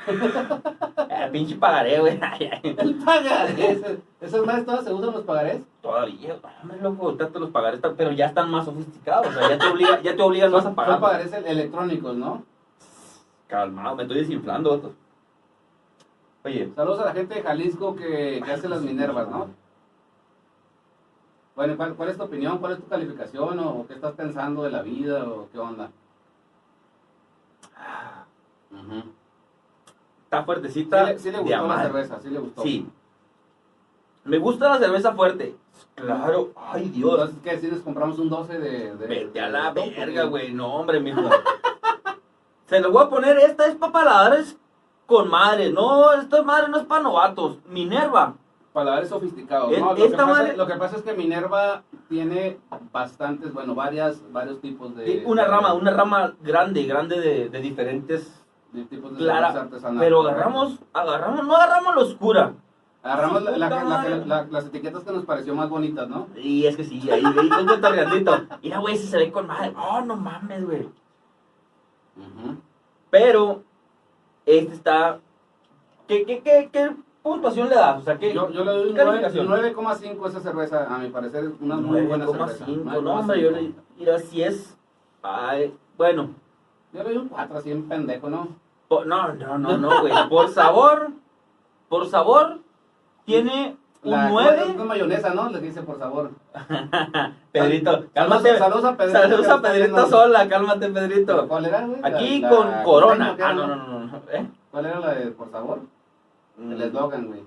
[SPEAKER 3] Ah, pinche pagaré, güey. Ay, ay.
[SPEAKER 2] El pagarés. Esas madres todas se usan los pagarés.
[SPEAKER 3] Todavía, hombre, loco, tanto los pagarés, tan- pero ya están más sofisticados, o sea, ya te, obliga, ya te obligan más a
[SPEAKER 2] Son
[SPEAKER 3] pagar.
[SPEAKER 2] pagarés el- electrónicos, ¿no?
[SPEAKER 3] Calmado, me estoy desinflando, vato. Oye.
[SPEAKER 2] Saludos a la gente de Jalisco que, que hace las Minervas, ¿no? Bueno, ¿cuál, cuál es tu opinión? ¿Cuál es tu calificación? ¿O, qué estás pensando de la vida? ¿O qué onda?
[SPEAKER 3] Ah.
[SPEAKER 2] Ujú.
[SPEAKER 3] Está
[SPEAKER 2] Sí
[SPEAKER 3] fuertecita.
[SPEAKER 2] le, sí le
[SPEAKER 3] de
[SPEAKER 2] gustó la
[SPEAKER 3] amar.
[SPEAKER 2] cerveza, sí le gustó.
[SPEAKER 3] Sí. Me gusta la cerveza fuerte. Claro, ay Dios.
[SPEAKER 2] Entonces, ¿qué? Si les compramos un 12 de... de
[SPEAKER 3] Vete a la
[SPEAKER 2] de-
[SPEAKER 3] verga, güey. No, hombre, mijo. Se lo voy a poner, esta es para paladares con madre. No, esta madre no es para novatos. Minerva.
[SPEAKER 2] Palabras sofisticados,
[SPEAKER 3] Es-
[SPEAKER 2] ¿no? Lo que,
[SPEAKER 3] esta
[SPEAKER 2] pasa,
[SPEAKER 3] madre-
[SPEAKER 2] lo que pasa es que Minerva tiene bastantes, bueno, varias, varios tipos de...
[SPEAKER 3] Una
[SPEAKER 2] de-
[SPEAKER 3] rama, una rama grande, grande de, de diferentes
[SPEAKER 2] de tipos de
[SPEAKER 3] Clara,
[SPEAKER 2] cerveza artesanal.
[SPEAKER 3] Pero agarramos, agarramos, no agarramos la oscura.
[SPEAKER 2] Agarramos la- la-
[SPEAKER 3] Puta
[SPEAKER 2] la-
[SPEAKER 3] madre.
[SPEAKER 2] la- las etiquetas que nos pareció más bonitas, ¿no?
[SPEAKER 3] Y es que sí, ahí ahí con tu tarjetito. Mira, güey, si se ve con madre. Oh, no mames, güey. Pero, este está. ¿Qué, qué, qué, qué puntuación le das? O sea, ¿qué?
[SPEAKER 2] Yo, yo le doy un
[SPEAKER 3] Calificación.
[SPEAKER 2] 9,5 a esa cerveza, a mi parecer, es una muy buena
[SPEAKER 3] 9,5,
[SPEAKER 2] cerveza.
[SPEAKER 3] No, hombre, yo le. Mira, si es. Ay, bueno.
[SPEAKER 2] Yo le doy un 4, así en pendejo, ¿no?
[SPEAKER 3] po- no, no, no, no, güey. Por sabor. Por sabor. Tiene
[SPEAKER 2] La-
[SPEAKER 3] un 9.
[SPEAKER 2] Es con mayonesa, ¿no? Le dice, por favor.
[SPEAKER 3] Pedrito,
[SPEAKER 2] Saludos-
[SPEAKER 3] cálmate.
[SPEAKER 2] Saludos a Pedrito.
[SPEAKER 3] Saludos a
[SPEAKER 2] que está viendo-
[SPEAKER 3] Pedrito sola, cálmate, Pedrito.
[SPEAKER 2] ¿Cuál era, güey? La-
[SPEAKER 3] Aquí
[SPEAKER 2] la-
[SPEAKER 3] con
[SPEAKER 2] la-
[SPEAKER 3] Corona.
[SPEAKER 2] ¿qué era?
[SPEAKER 3] Ah, no, Mm. no, no, no. ¿Eh?
[SPEAKER 2] ¿Cuál era la de, por favor? El eslogan, güey.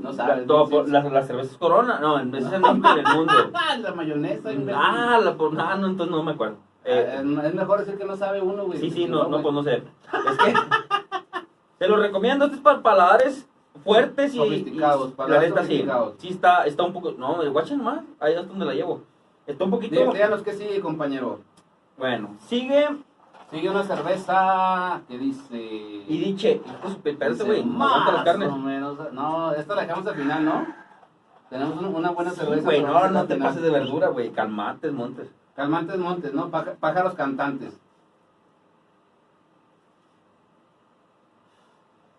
[SPEAKER 2] No
[SPEAKER 3] La,
[SPEAKER 2] sabes.
[SPEAKER 3] todo,
[SPEAKER 2] no
[SPEAKER 3] por-
[SPEAKER 2] sé.
[SPEAKER 3] la, la cerveza es Corona. No, en vez de en México y en el mundo.
[SPEAKER 2] Ah, la mayonesa. imbécil.
[SPEAKER 3] Ah, la por. Ah, no, entonces no me acuerdo.
[SPEAKER 2] Eh,
[SPEAKER 3] Eh,
[SPEAKER 2] es mejor decir que no sabe uno, güey.
[SPEAKER 3] sí, sí, no, no,
[SPEAKER 2] güey.
[SPEAKER 3] pues no sé. Es que. Te lo recomiendo, este es para paladares fuertes y.
[SPEAKER 2] Sofisticados,
[SPEAKER 3] y- la
[SPEAKER 2] paladares
[SPEAKER 3] neta sí.
[SPEAKER 2] sofisticados.
[SPEAKER 3] Sí, está, está un poco. No, guachen más. Ahí es donde la llevo. Está un poquito.
[SPEAKER 2] Dile a los que sí, compañero.
[SPEAKER 3] Bueno, sigue.
[SPEAKER 2] Sigue una cerveza que dice.
[SPEAKER 3] Y diche, hijo de su pe- espérate,
[SPEAKER 2] dice,
[SPEAKER 3] güey, aguanta
[SPEAKER 2] más
[SPEAKER 3] las carnes.
[SPEAKER 2] o menos- No, esta la dejamos al final, ¿no? Tenemos un- una buena
[SPEAKER 3] Sí,
[SPEAKER 2] cerveza.
[SPEAKER 3] güey,
[SPEAKER 2] pero
[SPEAKER 3] no,
[SPEAKER 2] vamos a
[SPEAKER 3] no te
[SPEAKER 2] terminar.
[SPEAKER 3] pases de verdura, güey, calmates, montes.
[SPEAKER 2] Calmantes Montes, ¿no? Paja- pájaros cantantes.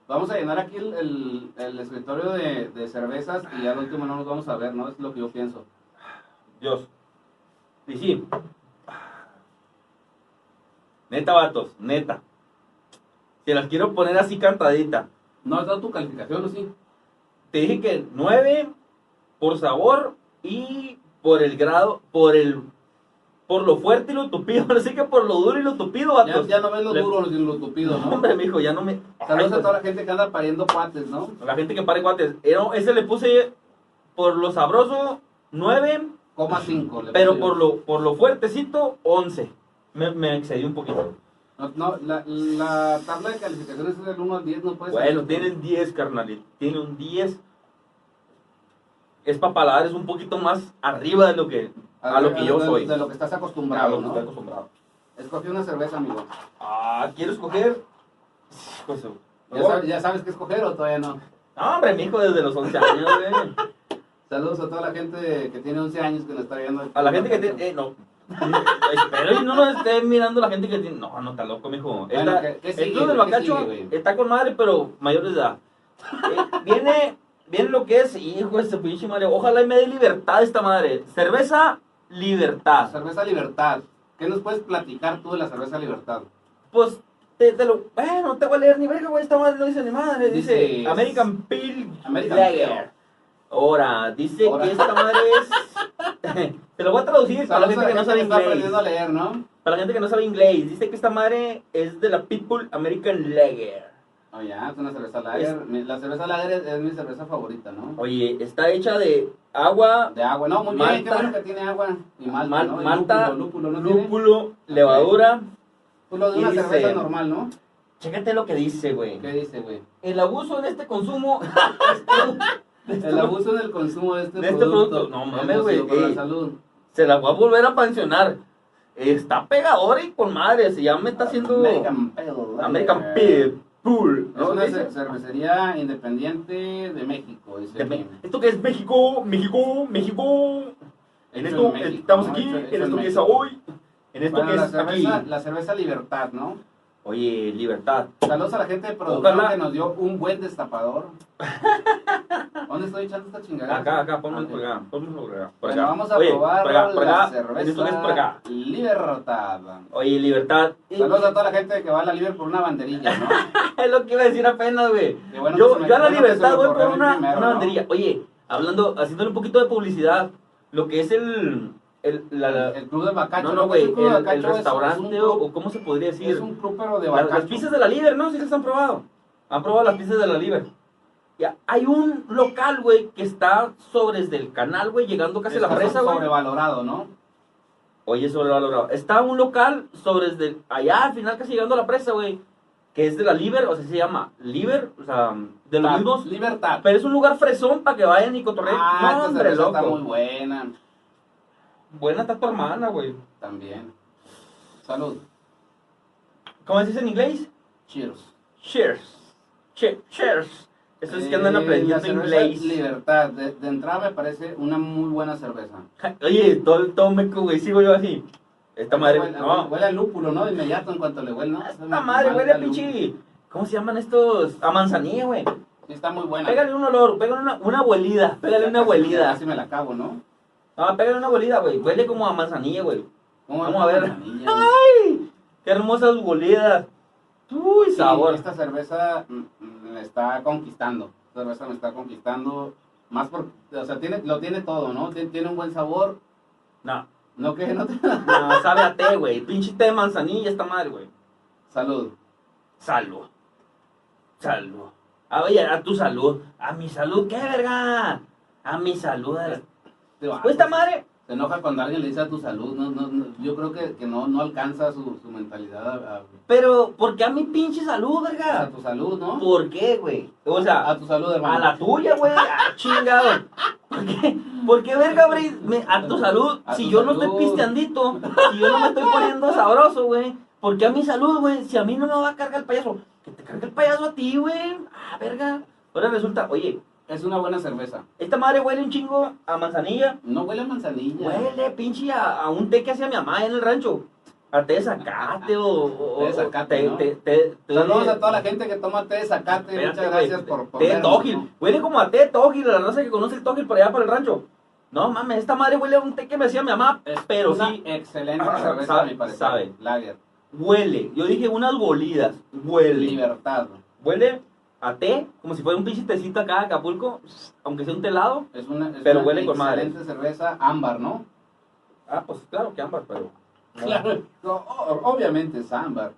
[SPEAKER 2] Vamos a llenar aquí el, el- el escritorio de, de cervezas y al último no nos vamos a ver, ¿no? Es lo que yo pienso.
[SPEAKER 3] Dios. Y sí. Neta, vatos, neta. Te las quiero poner así cantadita.
[SPEAKER 2] ¿No has dado tu calificación o sí?
[SPEAKER 3] Te dije que 9 por sabor y por el grado, por el por lo fuerte y lo tupido, así que por lo duro y lo tupido,
[SPEAKER 2] Ya,
[SPEAKER 3] vatos.
[SPEAKER 2] ya no ves lo
[SPEAKER 3] Le-
[SPEAKER 2] duro ni lo tupido, ¿no?
[SPEAKER 3] Hombre, mijo, ya no me
[SPEAKER 2] Saludos
[SPEAKER 3] Ay, pues,
[SPEAKER 2] a toda la gente que anda pariendo cuates, ¿no?
[SPEAKER 3] La gente que pare guates. Eh, no, Ese le puse por lo sabroso 9,
[SPEAKER 2] Coma 5. le
[SPEAKER 3] pero
[SPEAKER 2] puse
[SPEAKER 3] por
[SPEAKER 2] yo.
[SPEAKER 3] lo, por lo fuertecito 11. Me, me excedí un poquito.
[SPEAKER 2] No, no, la, la tabla de calificaciones es del 1 al 10, no puedes...
[SPEAKER 3] Bueno, tiene el 10, carnalito. Tiene un 10. Es para paladares un poquito más arriba de lo que, a lo que yo
[SPEAKER 2] de-
[SPEAKER 3] soy.
[SPEAKER 2] De lo que estás
[SPEAKER 3] A lo
[SPEAKER 2] acostumbrado,
[SPEAKER 3] que estoy
[SPEAKER 2] ¿no?
[SPEAKER 3] acostumbrado.
[SPEAKER 2] Escogí una cerveza, amigo.
[SPEAKER 3] Ah, quiero escoger. Hijo de su-
[SPEAKER 2] ¿Ya, sab- ya sabes qué escoger o todavía no?
[SPEAKER 3] No, hombre, mijo, desde los 11 años, güey.
[SPEAKER 2] Saludos a toda la gente que tiene 11 años que nos está viendo.
[SPEAKER 3] A la gente que tiene. Eh, no. Espero y no nos esté mirando la gente que tiene. No, no está loco, mijo.
[SPEAKER 2] Bueno,
[SPEAKER 3] Está-
[SPEAKER 2] ¿qué- qué
[SPEAKER 3] el
[SPEAKER 2] sigue,
[SPEAKER 3] club del
[SPEAKER 2] güey? ¿Qué
[SPEAKER 3] bacacho
[SPEAKER 2] sigue, güey?
[SPEAKER 3] está con madre, pero mayores de edad. Eh, viene, viene lo que es, hijo de este pinche madre. Ojalá y me dé libertad esta madre. Cerveza, libertad.
[SPEAKER 2] Cerveza Libertad. ¿Qué nos puedes platicar tú de la cerveza Libertad?
[SPEAKER 3] Pues te, te lo. Eh, no te voy a leer ni verga, güey. Esta madre no dice ni madre. Dice,
[SPEAKER 2] Dice-
[SPEAKER 3] American Pale
[SPEAKER 2] American
[SPEAKER 3] Lager.
[SPEAKER 2] Pale.
[SPEAKER 3] Ahora, dice
[SPEAKER 2] Ahora.
[SPEAKER 3] que esta madre es. te lo voy a traducir para la
[SPEAKER 2] Saludos
[SPEAKER 3] gente que no sabe
[SPEAKER 2] está
[SPEAKER 3] inglés.
[SPEAKER 2] aprendiendo a leer, ¿no?
[SPEAKER 3] Para la gente que no sabe inglés, dice que esta madre es de la Pitbull American Lager.
[SPEAKER 2] No, Oh, ya, es una cerveza lager. Mi- La cerveza lager es, es mi cerveza favorita, ¿no?
[SPEAKER 3] Oye, está hecha de agua,
[SPEAKER 2] De agua. No, muy bien, qué
[SPEAKER 3] Oh. Malta.
[SPEAKER 2] bueno que tiene agua. Y malta,
[SPEAKER 3] mal-
[SPEAKER 2] ¿no? Y
[SPEAKER 3] malta,
[SPEAKER 2] lúpulo, lúpulo, ¿no tiene?
[SPEAKER 3] lúpulo, levadura.
[SPEAKER 2] Pues lo de
[SPEAKER 3] Y
[SPEAKER 2] una
[SPEAKER 3] dice-
[SPEAKER 2] cerveza normal, ¿no?
[SPEAKER 3] Chécate lo que dice, güey.
[SPEAKER 2] ¿Qué dice, güey?
[SPEAKER 3] El abuso en este consumo
[SPEAKER 2] El abuso del consumo de este,
[SPEAKER 3] De este producto. No
[SPEAKER 2] es
[SPEAKER 3] mames,
[SPEAKER 2] nocivo
[SPEAKER 3] güey,
[SPEAKER 2] para
[SPEAKER 3] ey.
[SPEAKER 2] la salud.
[SPEAKER 3] se la voy a volver a pensionar. Está pegadora y con madre, se ya me está haciendo
[SPEAKER 2] American Pale. Lager.
[SPEAKER 3] American Pitbull.
[SPEAKER 2] Es
[SPEAKER 3] ¿no?
[SPEAKER 2] una
[SPEAKER 3] Dice.
[SPEAKER 2] cer- cervecería independiente de México, dice.
[SPEAKER 3] De
[SPEAKER 2] aquí.
[SPEAKER 3] Me- Esto que es México, México, México. En
[SPEAKER 2] Hecho
[SPEAKER 3] esto
[SPEAKER 2] México,
[SPEAKER 3] estamos
[SPEAKER 2] ¿no?
[SPEAKER 3] aquí,
[SPEAKER 2] Hecho- hecho
[SPEAKER 3] en esto que es
[SPEAKER 2] México.
[SPEAKER 3] hoy, en esto
[SPEAKER 2] Bueno,
[SPEAKER 3] que
[SPEAKER 2] la
[SPEAKER 3] es aquí.
[SPEAKER 2] cerveza, la cerveza Libertad, ¿no?
[SPEAKER 3] Oye, libertad.
[SPEAKER 2] Saludos a la gente de producción
[SPEAKER 3] Ojalá.
[SPEAKER 2] que nos dio un buen destapador. ¿Dónde estoy echando esta chingadera?
[SPEAKER 3] Acá, acá, ponme
[SPEAKER 2] Ok.
[SPEAKER 3] por acá, ponme por acá. Por
[SPEAKER 2] Bueno,
[SPEAKER 3] acá.
[SPEAKER 2] vamos a
[SPEAKER 3] Oye,
[SPEAKER 2] probar
[SPEAKER 3] por acá, por
[SPEAKER 2] la
[SPEAKER 3] acá.
[SPEAKER 2] cerveza
[SPEAKER 3] En esto que es por acá.
[SPEAKER 2] Libertad.
[SPEAKER 3] Oye, libertad.
[SPEAKER 2] Saludos a toda la gente que va a la Liber por una banderilla, ¿no?
[SPEAKER 3] Es lo que iba a decir apenas, güey.
[SPEAKER 2] Qué bueno que
[SPEAKER 3] yo,
[SPEAKER 2] se me-
[SPEAKER 3] yo a la
[SPEAKER 2] bueno que se
[SPEAKER 3] libertad
[SPEAKER 2] me
[SPEAKER 3] voy
[SPEAKER 2] ocurrió
[SPEAKER 3] por
[SPEAKER 2] a mí
[SPEAKER 3] una,
[SPEAKER 2] primero,
[SPEAKER 3] una
[SPEAKER 2] ¿no?
[SPEAKER 3] banderilla. Oye, hablando, haciéndole un poquito de publicidad, lo que es el. el la, la-
[SPEAKER 2] El club de bacacho.
[SPEAKER 3] no,
[SPEAKER 2] ¿no?
[SPEAKER 3] no, güey,
[SPEAKER 2] Es un club de
[SPEAKER 3] el, el
[SPEAKER 2] bacacho, es-
[SPEAKER 3] restaurante
[SPEAKER 2] es un
[SPEAKER 3] o,
[SPEAKER 2] club-
[SPEAKER 3] o cómo se podría decir.
[SPEAKER 2] Es un club pero de
[SPEAKER 3] La-
[SPEAKER 2] bacacho.
[SPEAKER 3] las pizzas de la líder, ¿no? Sí las han probado. Han probado las pizzas de la líder. Ya, hay un local, güey, que está sobre desde el canal, güey, llegando casi a la
[SPEAKER 2] Está
[SPEAKER 3] presa, güey.
[SPEAKER 2] Sobrevalorado, ¿no?
[SPEAKER 3] Oye, sobrevalorado. Está un local sobre desde el- allá al final casi llegando a la presa, güey. Que es de la Liber, o sea, se llama Liber, o sea, de los
[SPEAKER 2] Ta-
[SPEAKER 3] mismos.
[SPEAKER 2] Libertad.
[SPEAKER 3] Pero es un lugar fresón para que vayan y cotorreen.
[SPEAKER 2] Ah,
[SPEAKER 3] no,
[SPEAKER 2] esta
[SPEAKER 3] hombre,
[SPEAKER 2] cerveza está
[SPEAKER 3] loco.
[SPEAKER 2] muy buena.
[SPEAKER 3] Buena está tu hermana, güey.
[SPEAKER 2] También. Salud.
[SPEAKER 3] ¿Cómo se dice en inglés?
[SPEAKER 2] Cheers.
[SPEAKER 3] Cheers. Che- cheers. Eso es que andan
[SPEAKER 2] Eh,
[SPEAKER 3] aprendiendo
[SPEAKER 2] la cerveza
[SPEAKER 3] inglés.
[SPEAKER 2] Libertad. De, de entrada me parece una muy buena cerveza.
[SPEAKER 3] Oye, todo, todo meco, güey, sigo yo así. Esta madre,
[SPEAKER 2] Huele,
[SPEAKER 3] no.
[SPEAKER 2] huele a lúpulo, ¿no? De inmediato en cuanto le huele, ¿no?
[SPEAKER 3] Esta madre huele a pinche. ¿Cómo se llaman estos? A manzanilla, güey.
[SPEAKER 2] Sí, está muy buena.
[SPEAKER 3] Pégale un olor, pégale una, una abuelida, pégale una
[SPEAKER 2] abuelita
[SPEAKER 3] abuelida.
[SPEAKER 2] Así me la acabo, ¿no?
[SPEAKER 3] Ah, pégale una abuelida, güey. Huele como a manzanilla, güey. Vamos
[SPEAKER 2] una
[SPEAKER 3] a ver.
[SPEAKER 2] manzanilla,
[SPEAKER 3] ¡Ay! ¡Qué hermosas bolidas! ¡Uy,
[SPEAKER 2] Sí,
[SPEAKER 3] sabor!
[SPEAKER 2] Esta cerveza mm, mm, me está conquistando. Esta cerveza me está conquistando. Más por, o sea, tiene, lo tiene todo, ¿no? Tien- tiene un buen sabor.
[SPEAKER 3] No,
[SPEAKER 2] No que no te...
[SPEAKER 3] no, sabe a té, güey. Pinche té de manzanilla está mal, güey.
[SPEAKER 2] Salud.
[SPEAKER 3] Salud. Salud. Ah, oye, a tu salud. A mi salud, ¿qué verga? A mi salud. a la-
[SPEAKER 2] Te va.
[SPEAKER 3] Pues esta madre.
[SPEAKER 2] ah, Se enoja cuando alguien le dice a tu salud. No, no, no, yo creo que, que no, no alcanza su, su mentalidad a,
[SPEAKER 3] Pero, ¿por qué a mi pinche salud,
[SPEAKER 2] a- a
[SPEAKER 3] verga?
[SPEAKER 2] tu salud, ¿no?
[SPEAKER 3] ¿Por qué, güey? O sea,
[SPEAKER 2] A tu salud, hermano.
[SPEAKER 3] Ah. A la tuya, güey. Ah, chingado. ¿Por qué, ¿Por qué verga, güey? Me- A tu salud.
[SPEAKER 2] A
[SPEAKER 3] si
[SPEAKER 2] tu
[SPEAKER 3] yo no
[SPEAKER 2] salud.
[SPEAKER 3] estoy pisteandito, si yo no me estoy poniendo sabroso, güey. ¿Por qué a mi salud, güey? Si a mí no me va a cargar el payaso. Que te cargue el payaso a ti, güey. Ah, verga. Ahora resulta, oye,
[SPEAKER 2] Es una buena cerveza.
[SPEAKER 3] esta madre huele un chingo a manzanilla.
[SPEAKER 2] No huele a manzanilla.
[SPEAKER 3] Huele, pinche, a, a un té que hacía mi mamá en el rancho. A té de zacate o... o-
[SPEAKER 2] Té de zacate,
[SPEAKER 3] té-
[SPEAKER 2] ¿no?
[SPEAKER 3] té- té- té-
[SPEAKER 2] Saludos a toda la gente que toma té de zacate.
[SPEAKER 3] Espérate,
[SPEAKER 2] Muchas
[SPEAKER 3] güey.
[SPEAKER 2] gracias por, por
[SPEAKER 3] Té de
[SPEAKER 2] vernos,
[SPEAKER 3] tógil.
[SPEAKER 2] ¿no?
[SPEAKER 3] Huele como a té de tógil, la raza que conoce el tógil por allá para el rancho. No mames, esta madre huele a un té que me hacía mi mamá,
[SPEAKER 2] Es
[SPEAKER 3] pero
[SPEAKER 2] una
[SPEAKER 3] sí
[SPEAKER 2] excelente
[SPEAKER 3] Ah,
[SPEAKER 2] cerveza,
[SPEAKER 3] sabe,
[SPEAKER 2] a mi parecer.
[SPEAKER 3] sabe.
[SPEAKER 2] Lager.
[SPEAKER 3] huele. Yo dije unas bolidas. Huele.
[SPEAKER 2] Libertad.
[SPEAKER 3] Huele a té, como si fuera un pinche tecito acá de Acapulco, aunque sea un telado.
[SPEAKER 2] Es una, es
[SPEAKER 3] Pero
[SPEAKER 2] una
[SPEAKER 3] huele con madre.
[SPEAKER 2] excelente cerveza ámbar, ¿no?
[SPEAKER 3] Ah, pues claro que ambas, pero.
[SPEAKER 2] No, o- obviamente es ámbar.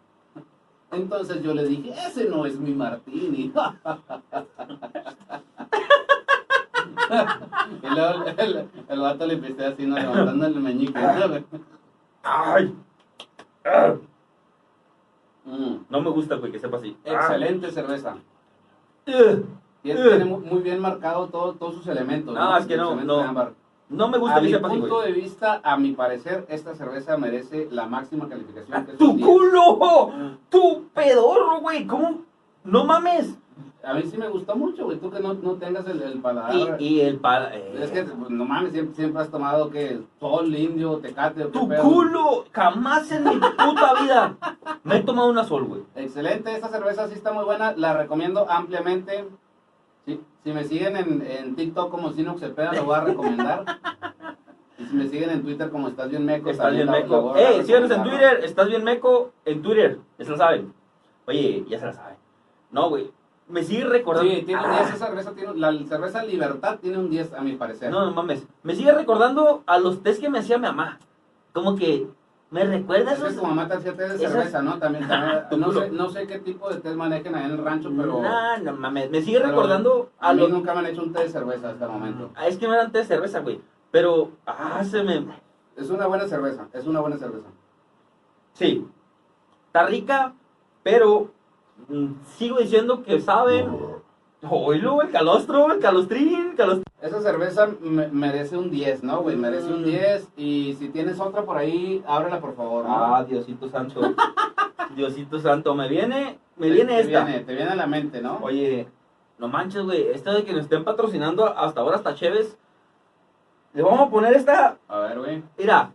[SPEAKER 2] Entonces yo le dije, ese no es mi martini. y luego el, el, el vato le pisé así, ¿no? levantando el meñique. ¿no?
[SPEAKER 3] ¡Ay! Ah,
[SPEAKER 2] Mm,
[SPEAKER 3] No me gusta, güey, que sepa así. Ah.
[SPEAKER 2] Excelente cerveza.
[SPEAKER 3] Ugh.
[SPEAKER 2] Tiene,
[SPEAKER 3] Ugh.
[SPEAKER 2] tiene mu- muy bien marcado todo- todos sus elementos.
[SPEAKER 3] No, es que no,
[SPEAKER 2] Los elementos
[SPEAKER 3] no.
[SPEAKER 2] de ámbar.
[SPEAKER 3] No me gusta
[SPEAKER 2] A
[SPEAKER 3] que
[SPEAKER 2] mi
[SPEAKER 3] sepa así,
[SPEAKER 2] punto
[SPEAKER 3] güey.
[SPEAKER 2] de vista, a mi parecer, esta cerveza merece la máxima calificación. que es un
[SPEAKER 3] ¡Ah, ¡Tu
[SPEAKER 2] 10.
[SPEAKER 3] culo! ¡Tu pedorro, güey! ¿Cómo? ¡No mames!
[SPEAKER 2] A mí sí me gustó mucho, güey. Tú que no, no tengas el, el paladar.
[SPEAKER 3] Y, y el pala. eh,
[SPEAKER 2] Ah, Es que, pues, no mames, siempre, siempre has tomado que sol, indio, tecate. o qué
[SPEAKER 3] tu
[SPEAKER 2] pedo.
[SPEAKER 3] culo jamás en mi puta vida me he tomado una sol, güey.
[SPEAKER 2] Excelente, esta cerveza sí está muy buena. La recomiendo ampliamente. Sí, si me siguen en, en TikTok como Sino Cepeda, lo voy a recomendar. y si me siguen en Twitter como Estás Bien Meco,
[SPEAKER 3] Estás
[SPEAKER 2] también la-
[SPEAKER 3] bien
[SPEAKER 2] la
[SPEAKER 3] meco.
[SPEAKER 2] voy a
[SPEAKER 3] Eh, síganos en
[SPEAKER 2] recomendar, ¿no?
[SPEAKER 3] Twitter. Estás bien meco en Twitter. Ya se la saben. Oye, ya se la saben. No, güey. Me sigue recordando.
[SPEAKER 2] Sí, tiene un
[SPEAKER 3] Ah,
[SPEAKER 2] 10, esa cerveza tiene, la cerveza Libertad tiene un 10 a mi parecer.
[SPEAKER 3] no, no mames. Me sigue recordando a los test que me hacía mi mamá. Como que me recuerda
[SPEAKER 2] es que
[SPEAKER 3] esos.
[SPEAKER 2] tu mamá te hacía té de
[SPEAKER 3] esas-
[SPEAKER 2] cerveza, ¿no? También, también-
[SPEAKER 3] Tu
[SPEAKER 2] no,
[SPEAKER 3] culo.
[SPEAKER 2] sé, no sé qué tipo de té manejen ahí en el rancho, pero
[SPEAKER 3] Nah, no mames. Me sigue
[SPEAKER 2] pero
[SPEAKER 3] recordando
[SPEAKER 2] a
[SPEAKER 3] a
[SPEAKER 2] mí
[SPEAKER 3] los
[SPEAKER 2] nunca me han hecho un té de cerveza hasta el momento.
[SPEAKER 3] Ah, Es que no eran té de cerveza, güey. Pero, ah, se me.
[SPEAKER 2] Es una buena cerveza, es una buena cerveza.
[SPEAKER 3] Sí. Está rica, pero mm, sigo diciendo que sabe. Oílo, el calostro, el calostrín, calostrín.
[SPEAKER 2] Esa cerveza me- merece un 10, ¿no, güey? Merece un
[SPEAKER 3] Mm.
[SPEAKER 2] 10 y si tienes otra por ahí, ábrela por favor, ¿no?
[SPEAKER 3] Ah, Diosito Santo. Diosito Santo, me viene, me
[SPEAKER 2] Te-
[SPEAKER 3] viene
[SPEAKER 2] te
[SPEAKER 3] esta.
[SPEAKER 2] viene- te viene a la mente, ¿no?
[SPEAKER 3] Oye, no manches, güey. Esta de que nos estén patrocinando hasta ahora, hasta Chévez. Le vamos a poner esta.
[SPEAKER 2] A ver, güey.
[SPEAKER 3] Mira,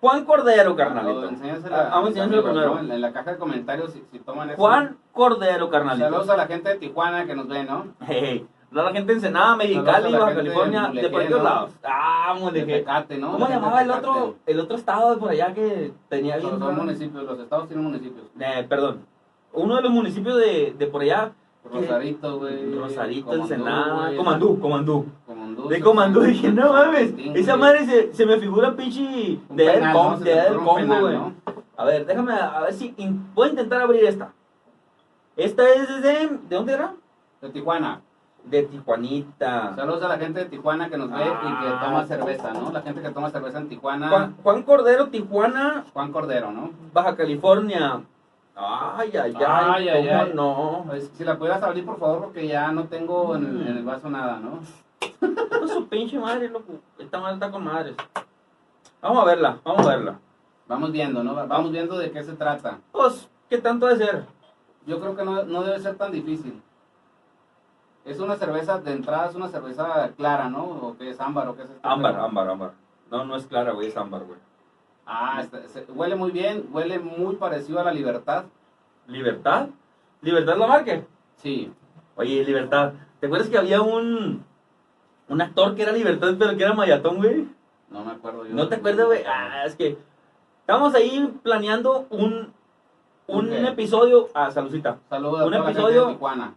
[SPEAKER 3] Juan Cordero,
[SPEAKER 2] Ah,
[SPEAKER 3] carnalito.
[SPEAKER 2] enséñasela
[SPEAKER 3] Ah, vamos a
[SPEAKER 2] mis
[SPEAKER 3] enseñársela
[SPEAKER 2] amigos,
[SPEAKER 3] primero.
[SPEAKER 2] ¿no? En, la- en la caja de comentarios si, si toman eso.
[SPEAKER 3] Juan Cordero, carnalito.
[SPEAKER 2] Saludos a la gente de Tijuana que nos ve, ¿no?
[SPEAKER 3] Hey, no la gente en Ensenada,
[SPEAKER 2] Saludos a
[SPEAKER 3] Mexicali,
[SPEAKER 2] la
[SPEAKER 3] Baja
[SPEAKER 2] gente de
[SPEAKER 3] California, de
[SPEAKER 2] Mulegé,
[SPEAKER 3] por aquellos
[SPEAKER 2] ¿no?
[SPEAKER 3] lados. Ah,
[SPEAKER 2] De
[SPEAKER 3] Mulegé.
[SPEAKER 2] Tecate, ¿no?
[SPEAKER 3] ¿Cómo
[SPEAKER 2] La gente
[SPEAKER 3] llamaba
[SPEAKER 2] de
[SPEAKER 3] el
[SPEAKER 2] Tecate.
[SPEAKER 3] otro, el otro estado de por allá que tenía
[SPEAKER 2] Los
[SPEAKER 3] bien?
[SPEAKER 2] dos municipios, los estados tienen municipios.
[SPEAKER 3] Eh, perdón. Uno de los municipios de, de por allá, ¿Qué?
[SPEAKER 2] Rosarito, güey.
[SPEAKER 3] Rosarito,
[SPEAKER 2] Comandú,
[SPEAKER 3] Ensenada,
[SPEAKER 2] güey.
[SPEAKER 3] Comandú, Comandú.
[SPEAKER 2] Comandú.
[SPEAKER 3] De Comandú dije, no mames,
[SPEAKER 2] Sí,
[SPEAKER 3] esa
[SPEAKER 2] güey.
[SPEAKER 3] madre se, se me figura pinche
[SPEAKER 2] Un
[SPEAKER 3] de allá del
[SPEAKER 2] penal, ¿no?
[SPEAKER 3] Com-
[SPEAKER 2] Se
[SPEAKER 3] de allá
[SPEAKER 2] te
[SPEAKER 3] del
[SPEAKER 2] ocurre un
[SPEAKER 3] Congo, güey.
[SPEAKER 2] penal, ¿no?
[SPEAKER 3] A ver, déjame, a ver si in- voy a intentar abrir esta. Esta es desde, ¿de dónde era?
[SPEAKER 2] De Tijuana.
[SPEAKER 3] De Tijuanita.
[SPEAKER 2] Saludos a la gente de Tijuana que nos ve y que
[SPEAKER 3] Ah.
[SPEAKER 2] toma cerveza, ¿no? La gente que toma cerveza en Tijuana.
[SPEAKER 3] Juan, Juan Cordero, Tijuana,
[SPEAKER 2] Juan Cordero, ¿no?
[SPEAKER 3] Baja California. Ay, ay, ay,
[SPEAKER 2] Ay, ay,
[SPEAKER 3] ¿cómo
[SPEAKER 2] ay.
[SPEAKER 3] no?
[SPEAKER 2] Pues, si la pudieras abrir, por favor, porque ya no tengo en, el- en el vaso nada, ¿no?
[SPEAKER 3] Hijo de su pinche madre, loco. Esta madre está con madres. Vamos a verla, vamos a verla.
[SPEAKER 2] Vamos viendo, ¿no? Vamos viendo de qué se trata.
[SPEAKER 3] Pues, ¿qué tanto de ser?
[SPEAKER 2] Yo creo que no, no debe ser tan difícil. Es una cerveza, de entrada es una cerveza clara, ¿no? O que es ámbar, o que es... esta
[SPEAKER 3] Ámbar,
[SPEAKER 2] cerveza?
[SPEAKER 3] ámbar, ámbar. No, no es clara, güey, es ámbar, güey.
[SPEAKER 2] Ah, está- se- huele muy bien, huele muy parecido a la libertad.
[SPEAKER 3] ¿Libertad? ¿Libertad la marca?
[SPEAKER 2] Sí.
[SPEAKER 3] Oye, Libertad. ¿Te acuerdas que había un, un actor que era Libertad, pero que era mayatón, güey?
[SPEAKER 2] No me acuerdo yo.
[SPEAKER 3] ¿No te acuerdas, güey? Ah, es que estábamos ahí planeando un, un
[SPEAKER 2] Ok.
[SPEAKER 3] episodio. Ah, saludcita.
[SPEAKER 2] Saludos a
[SPEAKER 3] un
[SPEAKER 2] toda la gente
[SPEAKER 3] episodio-
[SPEAKER 2] de Tijuana.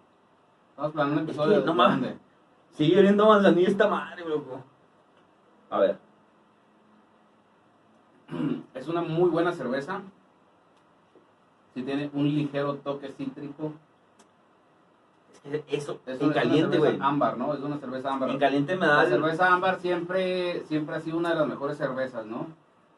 [SPEAKER 2] Estamos planeando un
[SPEAKER 3] Es
[SPEAKER 2] episodio
[SPEAKER 3] que no
[SPEAKER 2] de
[SPEAKER 3] mames.
[SPEAKER 2] grande.
[SPEAKER 3] Sigue oliendo a manzanilla esta madre, loco. A ver.
[SPEAKER 2] Es una muy buena cerveza. Sí tiene un ligero toque cítrico.
[SPEAKER 3] Es que eso,
[SPEAKER 2] Es
[SPEAKER 3] en
[SPEAKER 2] una- es una
[SPEAKER 3] caliente,
[SPEAKER 2] cerveza
[SPEAKER 3] güey.
[SPEAKER 2] Ámbar, ¿no? Es una cerveza ámbar.
[SPEAKER 3] En caliente me da...
[SPEAKER 2] La
[SPEAKER 3] el-
[SPEAKER 2] cerveza ámbar siempre, siempre ha sido una de las mejores cervezas, ¿no?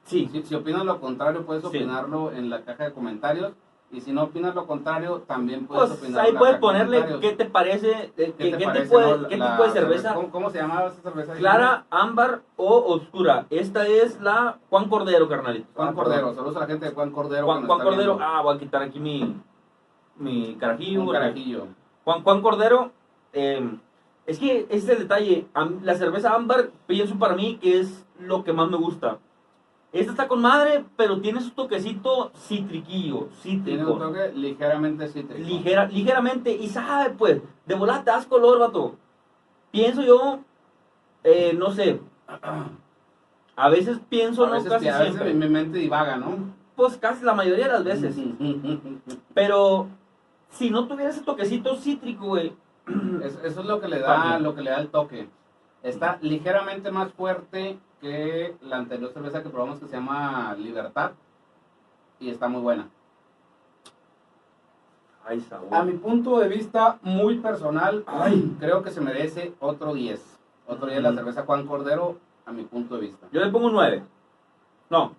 [SPEAKER 3] Sí,
[SPEAKER 2] Si, si opinas lo contrario, puedes
[SPEAKER 3] Sí.
[SPEAKER 2] opinarlo en la caja de comentarios. Y si no opinas lo contrario, también puedes
[SPEAKER 3] Pues
[SPEAKER 2] opinar
[SPEAKER 3] ahí
[SPEAKER 2] en la
[SPEAKER 3] puedes
[SPEAKER 2] caja de
[SPEAKER 3] ponerle
[SPEAKER 2] comentarios.
[SPEAKER 3] qué te parece, eh, qué,
[SPEAKER 2] ¿Qué te
[SPEAKER 3] qué
[SPEAKER 2] parece,
[SPEAKER 3] tipo, de,
[SPEAKER 2] no?
[SPEAKER 3] qué
[SPEAKER 2] La
[SPEAKER 3] tipo de cerveza,
[SPEAKER 2] ¿Cómo, cómo se llamaba esa cerveza?
[SPEAKER 3] clara, ámbar o oscura. Esta es la Juan Cordero, carnalito.
[SPEAKER 2] Juan
[SPEAKER 3] Ah,
[SPEAKER 2] Cordero.
[SPEAKER 3] perdón.
[SPEAKER 2] Saludos a la gente de Juan Cordero.
[SPEAKER 3] Juan,
[SPEAKER 2] que nos
[SPEAKER 3] Juan
[SPEAKER 2] está
[SPEAKER 3] Cordero,
[SPEAKER 2] viendo.
[SPEAKER 3] ah, voy a quitar aquí mi, mi carajillo.
[SPEAKER 2] Un
[SPEAKER 3] güey.
[SPEAKER 2] carajillo.
[SPEAKER 3] Juan, Juan Cordero, eh, es que ese es el detalle. A mí- La cerveza ámbar, pienso para mí que es lo que más me gusta. Esta está con madre, pero tiene su toquecito citriquillo,
[SPEAKER 2] Tiene
[SPEAKER 3] cítrico.
[SPEAKER 2] un toque ligeramente cítrico.
[SPEAKER 3] ligera, ligeramente y sabe pues, de volada te das color, vato. Pienso yo, eh, no sé, a veces pienso,
[SPEAKER 2] a
[SPEAKER 3] no
[SPEAKER 2] veces,
[SPEAKER 3] casi
[SPEAKER 2] a veces
[SPEAKER 3] siempre,
[SPEAKER 2] mi, mi mente divaga, ¿no?
[SPEAKER 3] pues casi la mayoría de las veces, pero si no tuviera ese toquecito cítrico, güey,
[SPEAKER 2] Es- eso es lo que le da,
[SPEAKER 3] Vale.
[SPEAKER 2] lo que le da el toque. Está ligeramente más fuerte que la anterior cerveza que probamos que se llama Libertad. Y está muy buena.
[SPEAKER 3] ay, sabor.
[SPEAKER 2] A mi punto de vista muy personal, ay, creo que se merece otro 10. Otro 10 la
[SPEAKER 3] Ujú.
[SPEAKER 2] cerveza Juan Cordero, a mi punto de vista.
[SPEAKER 3] Yo le pongo un 9. No,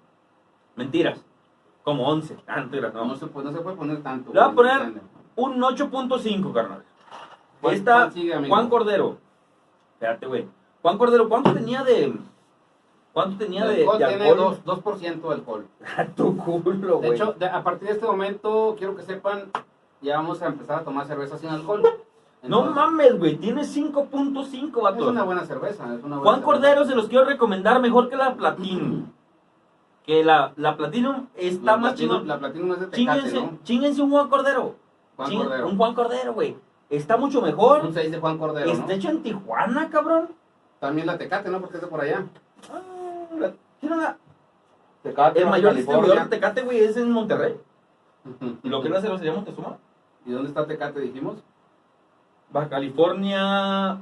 [SPEAKER 3] mentiras, como 11. Ah, mentiras,
[SPEAKER 2] No,
[SPEAKER 3] no.
[SPEAKER 2] se, puede, no se puede poner tanto.
[SPEAKER 3] Le voy a
[SPEAKER 2] güey,
[SPEAKER 3] poner
[SPEAKER 2] ¿entiendes?
[SPEAKER 3] Un 8.5, carnal.
[SPEAKER 2] ¿Cuál-
[SPEAKER 3] Esta,
[SPEAKER 2] cuál sigue, amigo?
[SPEAKER 3] Juan Cordero. Espérate, güey. Juan Cordero, ¿cuánto tenía de. ¿Cuánto tenía de,
[SPEAKER 2] El alcohol
[SPEAKER 3] de
[SPEAKER 2] tiene
[SPEAKER 3] alcohol?
[SPEAKER 2] dos- 2% de alcohol.
[SPEAKER 3] A tu culo,
[SPEAKER 2] De
[SPEAKER 3] güey.
[SPEAKER 2] hecho, de- a partir de este momento, quiero que sepan, ya vamos a empezar a tomar cerveza sin alcohol.
[SPEAKER 3] no
[SPEAKER 2] Entonces,
[SPEAKER 3] mames, güey. Tiene 5.5,
[SPEAKER 2] Es una
[SPEAKER 3] vato.
[SPEAKER 2] buena cerveza. es una buena
[SPEAKER 3] Juan
[SPEAKER 2] cerveza.
[SPEAKER 3] Cordero se los quiero recomendar mejor que la Platinum. Que la, la Platinum está
[SPEAKER 2] La
[SPEAKER 3] más
[SPEAKER 2] Platinum-
[SPEAKER 3] chingón.
[SPEAKER 2] La Platinum es de Tecate,
[SPEAKER 3] Chinguense,
[SPEAKER 2] ¿no?
[SPEAKER 3] chinguense un Juan Cordero.
[SPEAKER 2] Juan
[SPEAKER 3] Ching-
[SPEAKER 2] Cordero.
[SPEAKER 3] Un Juan Cordero, güey. Está mucho mejor.
[SPEAKER 2] Un 6 de Juan Cordero, ¿no?
[SPEAKER 3] Está hecho en Tijuana, cabrón.
[SPEAKER 2] También la Tecate, ¿no? Porque es de por allá.
[SPEAKER 3] Ah, la- tiene una-
[SPEAKER 2] Tecate,
[SPEAKER 3] El mayor distribuidor de
[SPEAKER 2] California.
[SPEAKER 3] Tecate, güey, es en Monterrey. ¿Y lo que es la cervecería Montezuma?
[SPEAKER 2] ¿Y dónde está Tecate, dijimos?
[SPEAKER 3] Baja California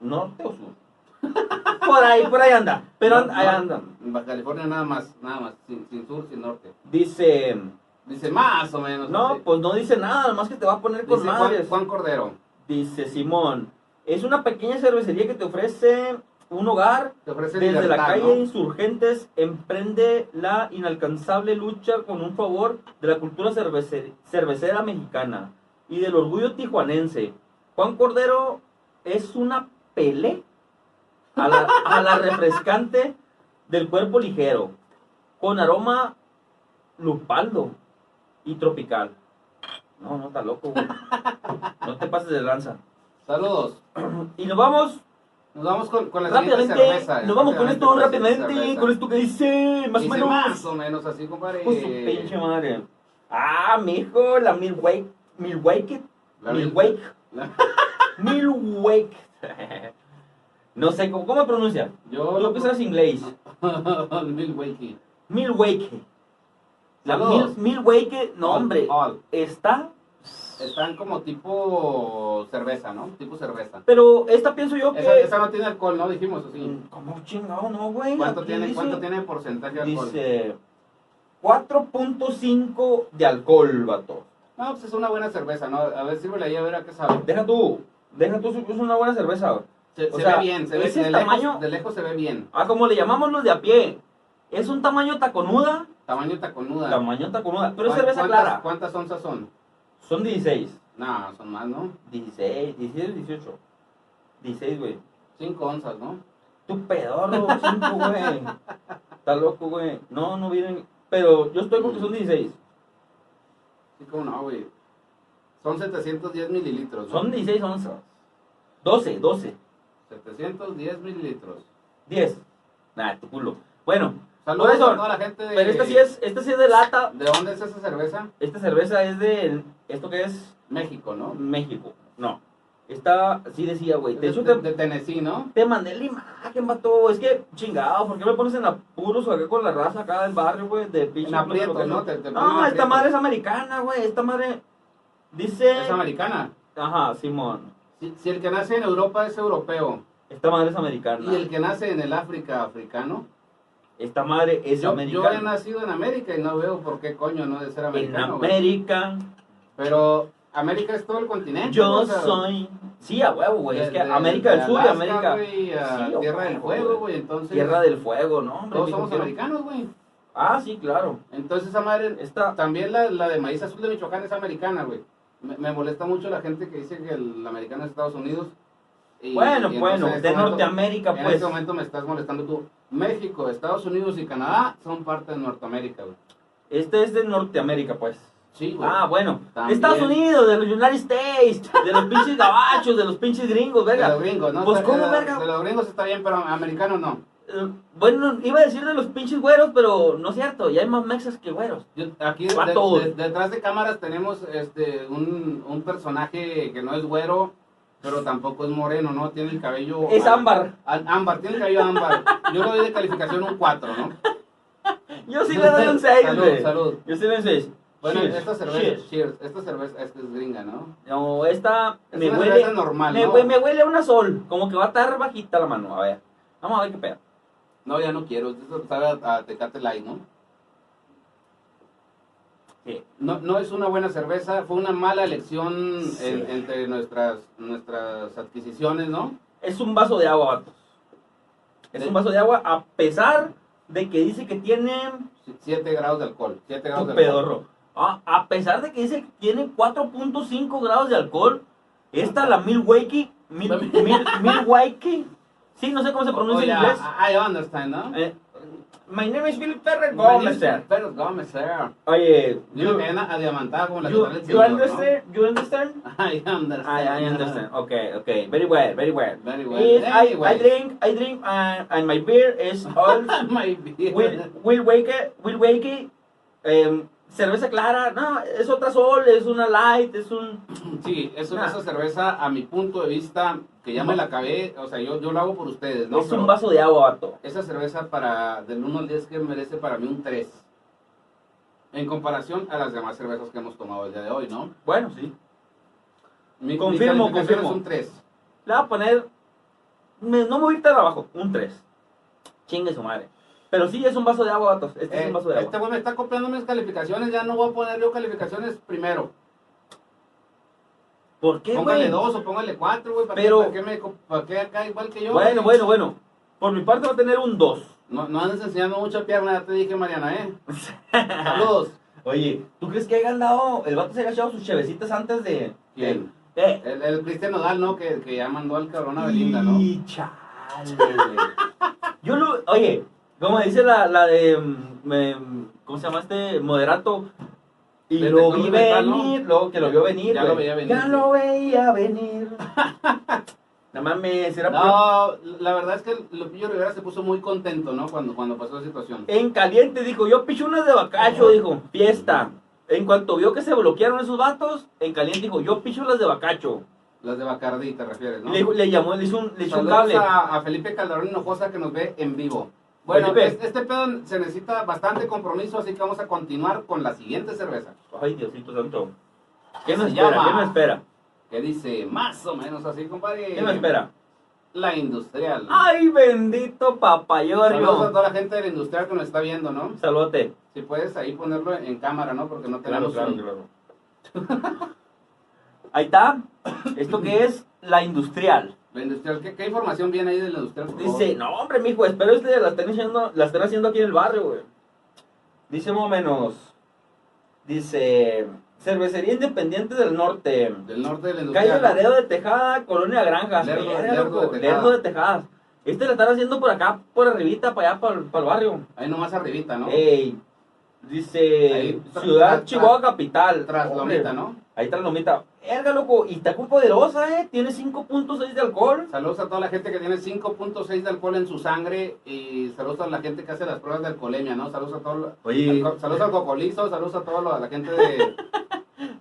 [SPEAKER 3] Norte o Sur. por ahí, por ahí anda. Pero
[SPEAKER 2] No,
[SPEAKER 3] and- ahí
[SPEAKER 2] no,
[SPEAKER 3] anda.
[SPEAKER 2] En Baja California nada más, nada más, sin, sin sur, sin norte.
[SPEAKER 3] Dice.
[SPEAKER 2] Dice más o menos.
[SPEAKER 3] No,
[SPEAKER 2] así.
[SPEAKER 3] pues no dice nada, nada más que te va a poner con
[SPEAKER 2] Dice Juan,
[SPEAKER 3] madres.
[SPEAKER 2] Juan Cordero.
[SPEAKER 3] Dice Simón. Es una pequeña cervecería que te ofrece un hogar
[SPEAKER 2] Te ofrece
[SPEAKER 3] Desde
[SPEAKER 2] libertad,
[SPEAKER 3] la calle
[SPEAKER 2] ¿no?
[SPEAKER 3] Insurgentes emprende la inalcanzable lucha con un favor de la cultura cervece- cervecera mexicana y del orgullo tijuanense. Juan Cordero es una pele a la, a la refrescante del cuerpo ligero, con aroma lupaldo y tropical. No, no está loco, güey. No te pases de lanza.
[SPEAKER 2] Saludos.
[SPEAKER 3] Y nos vamos
[SPEAKER 2] Nos vamos con, con la siguiente
[SPEAKER 3] Rápidamente,
[SPEAKER 2] cerveza.
[SPEAKER 3] nos vamos con esto
[SPEAKER 2] Rápidamente,
[SPEAKER 3] rápidamente,
[SPEAKER 2] cerveza.
[SPEAKER 3] con esto que dice, más o
[SPEAKER 2] Dice,
[SPEAKER 3] menos.
[SPEAKER 2] Más o menos así, compadre.
[SPEAKER 3] Pues su pinche madre. Ah, mijo, la Milwaukee. Milwaukee.
[SPEAKER 2] La
[SPEAKER 3] Milwaukee.
[SPEAKER 2] La-
[SPEAKER 3] Milwaukee. No sé cómo, cómo pronuncia.
[SPEAKER 2] Yo
[SPEAKER 3] Tú que sabes inglés.
[SPEAKER 2] Milwaukee.
[SPEAKER 3] Milwaukee. La
[SPEAKER 2] Saludos.
[SPEAKER 3] Mil- Milwaukee, no
[SPEAKER 2] All-
[SPEAKER 3] hombre,
[SPEAKER 2] all.
[SPEAKER 3] está.
[SPEAKER 2] Están como tipo cerveza, ¿no? Tipo cerveza.
[SPEAKER 3] Pero esta pienso yo que. Mm,
[SPEAKER 2] Esa, esa no tiene alcohol, ¿no? Dijimos así.
[SPEAKER 3] ¿Cómo chingado, no, güey?
[SPEAKER 2] ¿Cuánto
[SPEAKER 3] Aquí
[SPEAKER 2] tiene,
[SPEAKER 3] dice-
[SPEAKER 2] ¿Cuánto tiene de porcentaje de alcohol?
[SPEAKER 3] Dice 4.5 de alcohol, vato.
[SPEAKER 2] No, pues es una buena cerveza, ¿no? A ver, sírvela ahí a ver a qué sabe.
[SPEAKER 3] Deja tú, deja tú, es una buena cerveza. güey.
[SPEAKER 2] Se,
[SPEAKER 3] O
[SPEAKER 2] se
[SPEAKER 3] sea,
[SPEAKER 2] ve bien, se ve
[SPEAKER 3] ese
[SPEAKER 2] de
[SPEAKER 3] tamaño-
[SPEAKER 2] lejos, de lejos se ve bien.
[SPEAKER 3] Ah, como le llamamos los de a pie. Es un tamaño taconuda.
[SPEAKER 2] Tamaño taconuda.
[SPEAKER 3] Tamaño taconuda, pero es
[SPEAKER 2] ¿Cuán-
[SPEAKER 3] cerveza
[SPEAKER 2] cuántas-
[SPEAKER 3] clara.
[SPEAKER 2] ¿Cuántas onzas son?
[SPEAKER 3] Son 16.
[SPEAKER 2] No, son más, ¿no?
[SPEAKER 3] 16, 16, 18. 16, güey.
[SPEAKER 2] Cinco onzas, ¿no?
[SPEAKER 3] Tu pedorro, 5, güey. Está loco, güey. No, no vienen. Pero yo estoy con que son 16.
[SPEAKER 2] Sí, como no, güey. Son 710 mililitros. ¿no?
[SPEAKER 3] Son 16 onzas. 12, 12.
[SPEAKER 2] 710 mililitros.
[SPEAKER 3] 10. Nah, tu culo. Bueno,
[SPEAKER 2] Saludos
[SPEAKER 3] eso,
[SPEAKER 2] a toda la gente de...
[SPEAKER 3] pero esta sí es, esta sí es de lata.
[SPEAKER 2] ¿De dónde es esa cerveza?
[SPEAKER 3] Esta cerveza es de, esto que es
[SPEAKER 2] México, ¿no?
[SPEAKER 3] México. No. Esta, sí decía, güey.
[SPEAKER 2] Es
[SPEAKER 3] De
[SPEAKER 2] De,
[SPEAKER 3] hecho,
[SPEAKER 2] de-
[SPEAKER 3] te,
[SPEAKER 2] de Tennessee, ¿no?
[SPEAKER 3] te mandé la imagen, vato. Es que, chingado, ¿por qué me pones en apuros acá con la raza acá del barrio, güey? De pinche.
[SPEAKER 2] En aprietos, ¿no? Te- te ponen en
[SPEAKER 3] no, esta
[SPEAKER 2] aprietos.
[SPEAKER 3] madre es americana, güey. Esta madre dice...
[SPEAKER 2] Es americana.
[SPEAKER 3] Ajá, Simón.
[SPEAKER 2] Si, si el que nace en Europa es europeo
[SPEAKER 3] Esta madre es americana.
[SPEAKER 2] y el que nace en el África africano,
[SPEAKER 3] Esta madre es
[SPEAKER 2] yo, yo he
[SPEAKER 3] americana.
[SPEAKER 2] nacido en América y no veo por qué coño no de ser
[SPEAKER 3] en
[SPEAKER 2] americano. güey.
[SPEAKER 3] América.
[SPEAKER 2] Pero América es todo el continente. ¿no?
[SPEAKER 3] Yo
[SPEAKER 2] ¿Eh? O sea,
[SPEAKER 3] soy. Sí, a huevo, güey. Es que
[SPEAKER 2] desde-
[SPEAKER 3] América del
[SPEAKER 2] desde
[SPEAKER 3] Sur y
[SPEAKER 2] Alaska,
[SPEAKER 3] América.
[SPEAKER 2] güey, a
[SPEAKER 3] Sí, a
[SPEAKER 2] Tierra del
[SPEAKER 3] huevo,
[SPEAKER 2] Fuego,
[SPEAKER 3] güey.
[SPEAKER 2] güey. Entonces,
[SPEAKER 3] Tierra del Fuego, ¿no? Hombre,
[SPEAKER 2] todos
[SPEAKER 3] mi
[SPEAKER 2] somos
[SPEAKER 3] compa-
[SPEAKER 2] americanos, güey.
[SPEAKER 3] Ah, sí, claro.
[SPEAKER 2] Entonces, esa madre,
[SPEAKER 3] Esta.
[SPEAKER 2] También la, la de maíz azul de Michoacán es americana, güey. Me, me molesta mucho la gente que dice que el americano es Estados Unidos. Y-
[SPEAKER 3] Bueno,
[SPEAKER 2] y entonces
[SPEAKER 3] bueno,
[SPEAKER 2] en este
[SPEAKER 3] de
[SPEAKER 2] momento-
[SPEAKER 3] Norteamérica,
[SPEAKER 2] En
[SPEAKER 3] pues.
[SPEAKER 2] este momento me estás molestando tú. México, Estados Unidos y Canadá son parte de Norteamérica, güey.
[SPEAKER 3] Este es de Norteamérica, pues.
[SPEAKER 2] Sí, güey.
[SPEAKER 3] Ah, bueno.
[SPEAKER 2] También.
[SPEAKER 3] De Estados Unidos, de los United States, de los pinches gabachos, de los pinches gringos,
[SPEAKER 2] de
[SPEAKER 3] verga.
[SPEAKER 2] los gringos, ¿no?
[SPEAKER 3] Pues,
[SPEAKER 2] Está-
[SPEAKER 3] ¿cómo,
[SPEAKER 2] de-
[SPEAKER 3] verga?
[SPEAKER 2] De los gringos está bien, pero americanos no.
[SPEAKER 3] Eh, Bueno, iba a decir de los pinches güeros, pero no es cierto. Ya hay más mexas que güeros.
[SPEAKER 2] Yo- aquí de-
[SPEAKER 3] Vato.
[SPEAKER 2] de- detrás de cámaras tenemos este un, un personaje que no es güero, pero tampoco es moreno, ¿no? Tiene el cabello...
[SPEAKER 3] Es ámbar.
[SPEAKER 2] Á- Ámbar, tiene el cabello ámbar. Yo le doy de calificación un 4, ¿no?
[SPEAKER 3] Yo sí le doy un 6,
[SPEAKER 2] Salud,
[SPEAKER 3] güey.
[SPEAKER 2] salud.
[SPEAKER 3] Yo sí le doy un 6.
[SPEAKER 2] Bueno, esta cerveza, cheers. esta cerveza es que es gringa, ¿no?
[SPEAKER 3] No, esta
[SPEAKER 2] Es
[SPEAKER 3] me
[SPEAKER 2] una
[SPEAKER 3] huele.
[SPEAKER 2] cerveza normal,
[SPEAKER 3] me,
[SPEAKER 2] ¿no?
[SPEAKER 3] hue- me huele a una sol. Como que va a estar bajita la mano. A ver. Vamos a ver qué pedo.
[SPEAKER 2] No, ya no quiero, esto sabe a, a Tecate Light, ¿no?
[SPEAKER 3] Sí.
[SPEAKER 2] No, no es una buena cerveza, fue una mala elección en-
[SPEAKER 3] Sí.
[SPEAKER 2] entre nuestras nuestras adquisiciones, ¿no?
[SPEAKER 3] Es un vaso de agua, vatos. Es
[SPEAKER 2] Sí.
[SPEAKER 3] un vaso de agua, a pesar de que dice que tiene.
[SPEAKER 2] 7 grados de alcohol, 7 grados de
[SPEAKER 3] Tu
[SPEAKER 2] alcohol.
[SPEAKER 3] pedorro. Ah, a pesar de que dice que tiene 4.5 grados de alcohol, esta, la Milwaukee. Mil, mil, Milwaukee. Sí, no sé cómo se
[SPEAKER 2] Oh,
[SPEAKER 3] pronuncia en
[SPEAKER 2] yeah,
[SPEAKER 3] inglés.
[SPEAKER 2] I I understand, ¿no?
[SPEAKER 3] Eh, my name is Philip Ferrer Gómez.
[SPEAKER 2] Gómez, pero Gómez, sir.
[SPEAKER 3] Oye,
[SPEAKER 2] Yo
[SPEAKER 3] you,
[SPEAKER 2] que a diamantada como la que
[SPEAKER 3] you,
[SPEAKER 2] trae el
[SPEAKER 3] you
[SPEAKER 2] señor, ¿no?
[SPEAKER 3] understand? You understand?
[SPEAKER 2] I understand.
[SPEAKER 3] I, I Ah, understand.
[SPEAKER 2] este.
[SPEAKER 3] Okay, okay. Very well, very well.
[SPEAKER 2] Very well.
[SPEAKER 3] Yes, I, I
[SPEAKER 2] Anyways.
[SPEAKER 3] drink, I drink, uh, and my beer is all
[SPEAKER 2] My beer.
[SPEAKER 3] Will, Will Wake, Will Wake, em, cerveza clara, no, es otra sol, es una light, es un...
[SPEAKER 2] Sí, es una
[SPEAKER 3] Nah.
[SPEAKER 2] esa cerveza, a mi punto de vista, que ya me la acabé, o sea, yo, yo lo hago por ustedes, ¿no?
[SPEAKER 3] es
[SPEAKER 2] Pero
[SPEAKER 3] un vaso de agua, vato.
[SPEAKER 2] Esa cerveza para, del 1 al 10 que merece para mí un 3. En comparación a las demás cervezas que hemos tomado el día de hoy, ¿no?
[SPEAKER 3] Bueno, sí.
[SPEAKER 2] Mi,
[SPEAKER 3] Confirmo,
[SPEAKER 2] mi calificación
[SPEAKER 3] confirmo.
[SPEAKER 2] es un 3.
[SPEAKER 3] Le voy a poner, me- no me voy a ir tan abajo, un 3. Chingue su madre. Pero sí, es un vaso de agua, vato. Este es
[SPEAKER 2] Eh,
[SPEAKER 3] un vaso de agua.
[SPEAKER 2] este güey me está copiando mis calificaciones, ya no voy a poner yo calificaciones primero.
[SPEAKER 3] ¿Por qué,
[SPEAKER 2] póngale
[SPEAKER 3] güey?
[SPEAKER 2] 2 o póngale 4, güey, ¿para,
[SPEAKER 3] Pero-
[SPEAKER 2] qué, para, qué me, co- para qué acá igual que yo?
[SPEAKER 3] Bueno,
[SPEAKER 2] güey?
[SPEAKER 3] bueno, bueno. Por mi parte va a tener un 2.
[SPEAKER 2] No, no andes enseñando mucha pierna, ya te dije, Mariana, ¿eh? Saludos.
[SPEAKER 3] Oye, ¿tú crees que hayan dado, el vato se ha echado sus chevecitas antes de...
[SPEAKER 2] Bien.
[SPEAKER 3] Eh,
[SPEAKER 2] El, el Cristian Nodal, ¿no? Que, que ya mandó al cabrón a Belinda, ¿no?
[SPEAKER 3] Y chale, güey. Yo lo, oye, como dice la, la de, mm, em, ¿cómo se llama este? Moderato. Y
[SPEAKER 2] Desde
[SPEAKER 3] lo
[SPEAKER 2] que
[SPEAKER 3] vi
[SPEAKER 2] lo inventaron.
[SPEAKER 3] venir, luego que lo vio venir.
[SPEAKER 2] Ya lo
[SPEAKER 3] güey.
[SPEAKER 2] veía venir,
[SPEAKER 3] Ya
[SPEAKER 2] güey.
[SPEAKER 3] lo veía venir. no mames, era puro-
[SPEAKER 2] No, la verdad es que Lupillo Rivera se puso muy contento, ¿no? Cuando, cuando pasó la situación.
[SPEAKER 3] En caliente, dijo, yo picho unas de bacacho, dijo, fiesta. En cuanto vio que se bloquearon esos vatos, en caliente dijo, yo picho las de bacacho.
[SPEAKER 2] Las de Bacardí, te refieres, ¿no?
[SPEAKER 3] Le, le llamó, le hizo un, le hizo un
[SPEAKER 2] Saludos
[SPEAKER 3] cable.
[SPEAKER 2] A, a Felipe Calderón Hinojosa que nos ve en vivo. Bueno,
[SPEAKER 3] Felipe.
[SPEAKER 2] es- este pedo se necesita bastante compromiso, así que vamos a continuar con la siguiente cerveza.
[SPEAKER 3] Ay, Diosito santo. ¿Qué me
[SPEAKER 2] Se
[SPEAKER 3] espera?
[SPEAKER 2] llama-
[SPEAKER 3] ¿Qué me espera?
[SPEAKER 2] Que dice más o menos así, compadre.
[SPEAKER 3] ¿Qué me espera?
[SPEAKER 2] La industrial.
[SPEAKER 3] Ay, bendito
[SPEAKER 2] Saludos a
[SPEAKER 3] papayorio.
[SPEAKER 2] toda la gente de la industrial que nos está viendo, ¿no?
[SPEAKER 3] Saludote.
[SPEAKER 2] Si puedes ahí ponerlo en cámara, ¿no? Porque no tenemos un-
[SPEAKER 3] Ahí está. ¿Esto qué es? La industrial.
[SPEAKER 2] La industrial, ¿qué, qué información viene ahí de la industrial? por favor?
[SPEAKER 3] Dice, no, hombre, mijo, espero este la estén haciendo, la estén haciendo aquí en el barrio, güey. Dice más o menos. Dice, cervecería independiente del norte.
[SPEAKER 2] Del norte de la industrial.
[SPEAKER 3] Calle Laredo de Tejada, Colonia Granjas.
[SPEAKER 2] Lerdo-
[SPEAKER 3] Verga,
[SPEAKER 2] Lerdo
[SPEAKER 3] loco,
[SPEAKER 2] de Tejada.
[SPEAKER 3] Lerdo de Tejada. Este la están haciendo por acá, por arribita, para allá, para, el- para el barrio.
[SPEAKER 2] Ahí nomás arribita, ¿no?
[SPEAKER 3] Ey, dice
[SPEAKER 2] Ahí, tra-
[SPEAKER 3] Ciudad
[SPEAKER 2] tra-
[SPEAKER 3] Chihuahua Capital.
[SPEAKER 2] Tras
[SPEAKER 3] Hombre,
[SPEAKER 2] Lomita, ¿no?
[SPEAKER 3] Ahí está la lomita. Verga, loco. Y está con poderosa, ¿eh? Tiene 5.6 de alcohol.
[SPEAKER 2] Saludos a toda la gente que tiene 5.6 de alcohol en su sangre y saludos a la gente que hace las pruebas de alcoholemia, ¿no? Saludos a todo, alco- saludos al cocolizo, saludos a toda la gente de...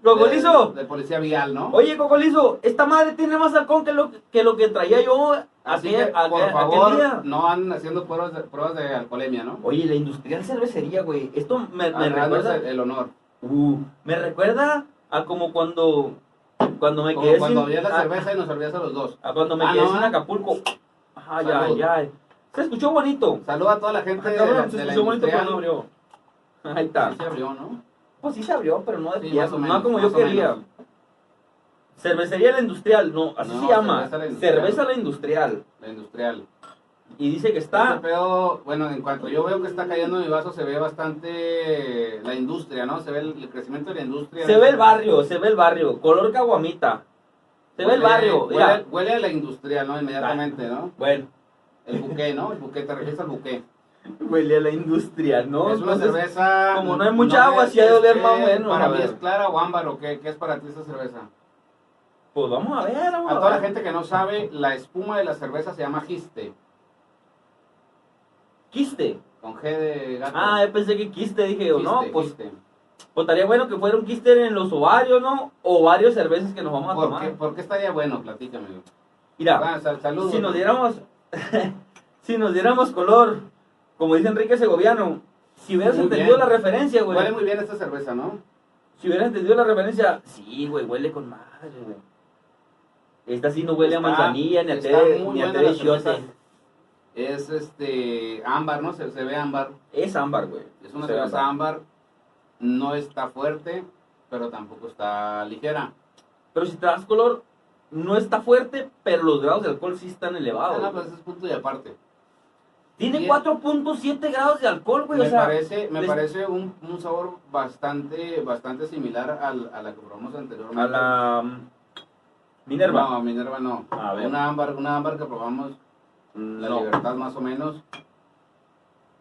[SPEAKER 3] Cocolizo.
[SPEAKER 2] De, de policía vial, ¿no?
[SPEAKER 3] Oye, Cocolizo, esta madre tiene más alcohol que lo que, lo que traía yo
[SPEAKER 2] Así
[SPEAKER 3] aquel,
[SPEAKER 2] que, por
[SPEAKER 3] aquel-
[SPEAKER 2] favor,
[SPEAKER 3] aquel día.
[SPEAKER 2] no anden haciendo pruebas de, pruebas de alcoholemia, ¿no?
[SPEAKER 3] Oye, la industrial cervecería, güey. Esto me, me
[SPEAKER 2] Haznos
[SPEAKER 3] recuerda.
[SPEAKER 2] el, el honor.
[SPEAKER 3] Uh, me recuerda a como cuando Cuando me
[SPEAKER 2] Como
[SPEAKER 3] quedé
[SPEAKER 2] cuando
[SPEAKER 3] sin...
[SPEAKER 2] abrías la
[SPEAKER 3] ah,
[SPEAKER 2] cerveza y nos servías a los dos.
[SPEAKER 3] ah, cuando me
[SPEAKER 2] Ah,
[SPEAKER 3] quedé
[SPEAKER 2] no,
[SPEAKER 3] sin
[SPEAKER 2] ah.
[SPEAKER 3] Acapulco. Ay,
[SPEAKER 2] Salud.
[SPEAKER 3] ay, ay. Se escuchó bonito.
[SPEAKER 2] Saluda a toda la
[SPEAKER 3] Ah,
[SPEAKER 2] gente de la,
[SPEAKER 3] cabrón, se
[SPEAKER 2] de la
[SPEAKER 3] escuchó bonito, pero
[SPEAKER 2] industrial.
[SPEAKER 3] no abrió. Ahí está.
[SPEAKER 2] Sí se abrió, ¿no?
[SPEAKER 3] Pues sí se abrió, pero no de
[SPEAKER 2] Sí,
[SPEAKER 3] pie,
[SPEAKER 2] más o
[SPEAKER 3] no
[SPEAKER 2] menos,
[SPEAKER 3] como
[SPEAKER 2] más
[SPEAKER 3] yo
[SPEAKER 2] o
[SPEAKER 3] quería.
[SPEAKER 2] menos.
[SPEAKER 3] Cervecería La Industrial, no, así
[SPEAKER 2] No,
[SPEAKER 3] se llama.
[SPEAKER 2] Cerveza La Industrial.
[SPEAKER 3] Cerveza La Industrial.
[SPEAKER 2] La industrial.
[SPEAKER 3] Y dice que
[SPEAKER 2] Este
[SPEAKER 3] está.
[SPEAKER 2] pedo, bueno, en cuanto yo veo que está cayendo mi vaso, se ve bastante la industria, ¿no? Se ve el, el crecimiento de la industria.
[SPEAKER 3] Se ve el barrio, se ve el barrio. Color caguamita. Se ve el
[SPEAKER 2] Huele-
[SPEAKER 3] barrio.
[SPEAKER 2] Huele,
[SPEAKER 3] Mira.
[SPEAKER 2] huele a la industrial, ¿no? Inmediatamente, ¿no?
[SPEAKER 3] Bueno,
[SPEAKER 2] El buque, ¿no? El buque, te refieres al buque.
[SPEAKER 3] huele a la industria, ¿no?
[SPEAKER 2] es una
[SPEAKER 3] Entonces,
[SPEAKER 2] cerveza.
[SPEAKER 3] como no hay mucha agua, sí ha de
[SPEAKER 2] es
[SPEAKER 3] oler más o
[SPEAKER 2] que
[SPEAKER 3] menos,
[SPEAKER 2] Para
[SPEAKER 3] a
[SPEAKER 2] mí
[SPEAKER 3] ver.
[SPEAKER 2] es clara o ámbaro, ¿qué, ¿qué es para ti esta cerveza?
[SPEAKER 3] Pues vamos a ver, vamos
[SPEAKER 2] A toda la
[SPEAKER 3] ver.
[SPEAKER 2] gente que no sabe, la espuma de la cerveza se llama giste,
[SPEAKER 3] Quiste.
[SPEAKER 2] con G de gato.
[SPEAKER 3] Ah, yo pensé que quiste, dije yo,
[SPEAKER 2] Giste,
[SPEAKER 3] no, pues,
[SPEAKER 2] giste.
[SPEAKER 3] pues estaría bueno que fuera un quiste en los ovarios, ¿no? O varios cervezas que nos vamos a
[SPEAKER 2] ¿Por qué,
[SPEAKER 3] tomar.
[SPEAKER 2] ¿Por qué estaría bueno? Platícame.
[SPEAKER 3] Mira,
[SPEAKER 2] Ah, sal- saludos.
[SPEAKER 3] si nos diéramos, si nos diéramos color, como dice Enrique Segoviano, si hubieras
[SPEAKER 2] Muy
[SPEAKER 3] entendido
[SPEAKER 2] bien.
[SPEAKER 3] la referencia, güey.
[SPEAKER 2] Huele muy bien esta cerveza, ¿no?
[SPEAKER 3] Si hubieras entendido la referencia, sí, güey, huele con madre, güey. Esta sí no huele a
[SPEAKER 2] Está-
[SPEAKER 3] manzanilla, ni a
[SPEAKER 2] está
[SPEAKER 3] té,
[SPEAKER 2] muy
[SPEAKER 3] ni a
[SPEAKER 2] buena
[SPEAKER 3] té
[SPEAKER 2] la
[SPEAKER 3] de chiote.
[SPEAKER 2] cerveza. Es este ámbar, ¿no? Se, se ve ámbar.
[SPEAKER 3] Es ámbar, güey.
[SPEAKER 2] Es una
[SPEAKER 3] Se
[SPEAKER 2] cerveza
[SPEAKER 3] llama.
[SPEAKER 2] ámbar. No está fuerte, pero tampoco está ligera.
[SPEAKER 3] Pero si te das color, no está fuerte, pero los grados de alcohol sí están elevados.
[SPEAKER 2] Ah, no,
[SPEAKER 3] güey.
[SPEAKER 2] pues ese es punto y aparte.
[SPEAKER 3] Tiene
[SPEAKER 2] bien.
[SPEAKER 3] 4.7 grados de alcohol, güey.
[SPEAKER 2] me
[SPEAKER 3] o sea,
[SPEAKER 2] parece, me
[SPEAKER 3] les-
[SPEAKER 2] parece un, un sabor bastante, bastante similar al- a la que probamos anteriormente.
[SPEAKER 3] a la um, Minerva.
[SPEAKER 2] No, Minerva no.
[SPEAKER 3] A ver.
[SPEAKER 2] Una ámbar, una ámbar que probamos, la
[SPEAKER 3] No.
[SPEAKER 2] libertad más o menos.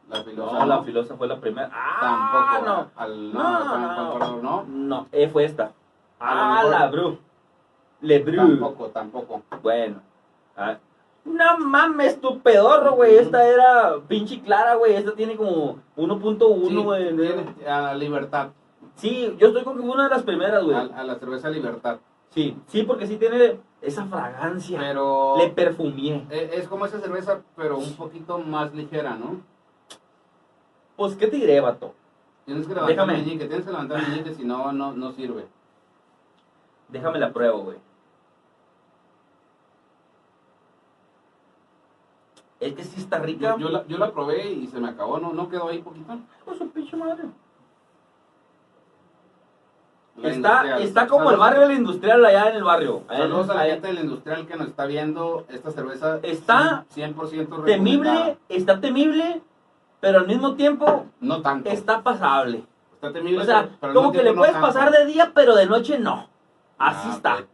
[SPEAKER 2] La filosa.
[SPEAKER 3] No, la
[SPEAKER 2] no.
[SPEAKER 3] filosa fue la primera. Ah,
[SPEAKER 2] Tampoco.
[SPEAKER 3] no.
[SPEAKER 2] Al,
[SPEAKER 3] No,
[SPEAKER 2] no,
[SPEAKER 3] no.
[SPEAKER 2] no, no, no.
[SPEAKER 3] No, eh, fue esta.
[SPEAKER 2] A lo
[SPEAKER 3] Ah,
[SPEAKER 2] mejor.
[SPEAKER 3] la bru. Le bru.
[SPEAKER 2] Tampoco, tampoco.
[SPEAKER 3] Bueno. Ah. No mames, tu pedorro, güey. Esta era pinche clara, güey. Esta tiene como 1.1,
[SPEAKER 2] Sí,
[SPEAKER 3] güey.
[SPEAKER 2] tiene a la libertad,
[SPEAKER 3] Sí, yo estoy con que fue una de las primeras,
[SPEAKER 2] a,
[SPEAKER 3] güey.
[SPEAKER 2] a la cerveza libertad.
[SPEAKER 3] Sí, sí, porque sí tiene esa fragancia.
[SPEAKER 2] Pero
[SPEAKER 3] Le perfumié.
[SPEAKER 2] eh, es como esa cerveza, pero un poquito más ligera, ¿no?
[SPEAKER 3] Pues, ¿qué te diré, vato?
[SPEAKER 2] Tienes que levantar
[SPEAKER 3] Déjame.
[SPEAKER 2] el meñique, tienes que levantar el meñique, si no, no, no sirve.
[SPEAKER 3] Déjame la prueba, güey. Es que sí está rica.
[SPEAKER 2] Yo, yo la, yo la probé y se me acabó, ¿no? ¿No quedó ahí poquito?
[SPEAKER 3] Pues, su pinche madre.
[SPEAKER 2] La
[SPEAKER 3] Está,
[SPEAKER 2] industrial.
[SPEAKER 3] está como el
[SPEAKER 2] Saludos-
[SPEAKER 3] barrio de la industrial allá en el barrio. Allá en-
[SPEAKER 2] Saludos a la
[SPEAKER 3] allá-
[SPEAKER 2] gente del industrial que nos está viendo. Esta cerveza
[SPEAKER 3] Está
[SPEAKER 2] 100% recomendada.
[SPEAKER 3] temible, está temible, pero al mismo tiempo
[SPEAKER 2] No tanto. Está,
[SPEAKER 3] está pasable.
[SPEAKER 2] temible.
[SPEAKER 3] O sea,
[SPEAKER 2] pero- pero al
[SPEAKER 3] como
[SPEAKER 2] mismo
[SPEAKER 3] que le
[SPEAKER 2] tiempo no
[SPEAKER 3] puedes
[SPEAKER 2] tanto.
[SPEAKER 3] pasar de día, pero de noche no. Así
[SPEAKER 2] Ah,
[SPEAKER 3] está.
[SPEAKER 2] ok.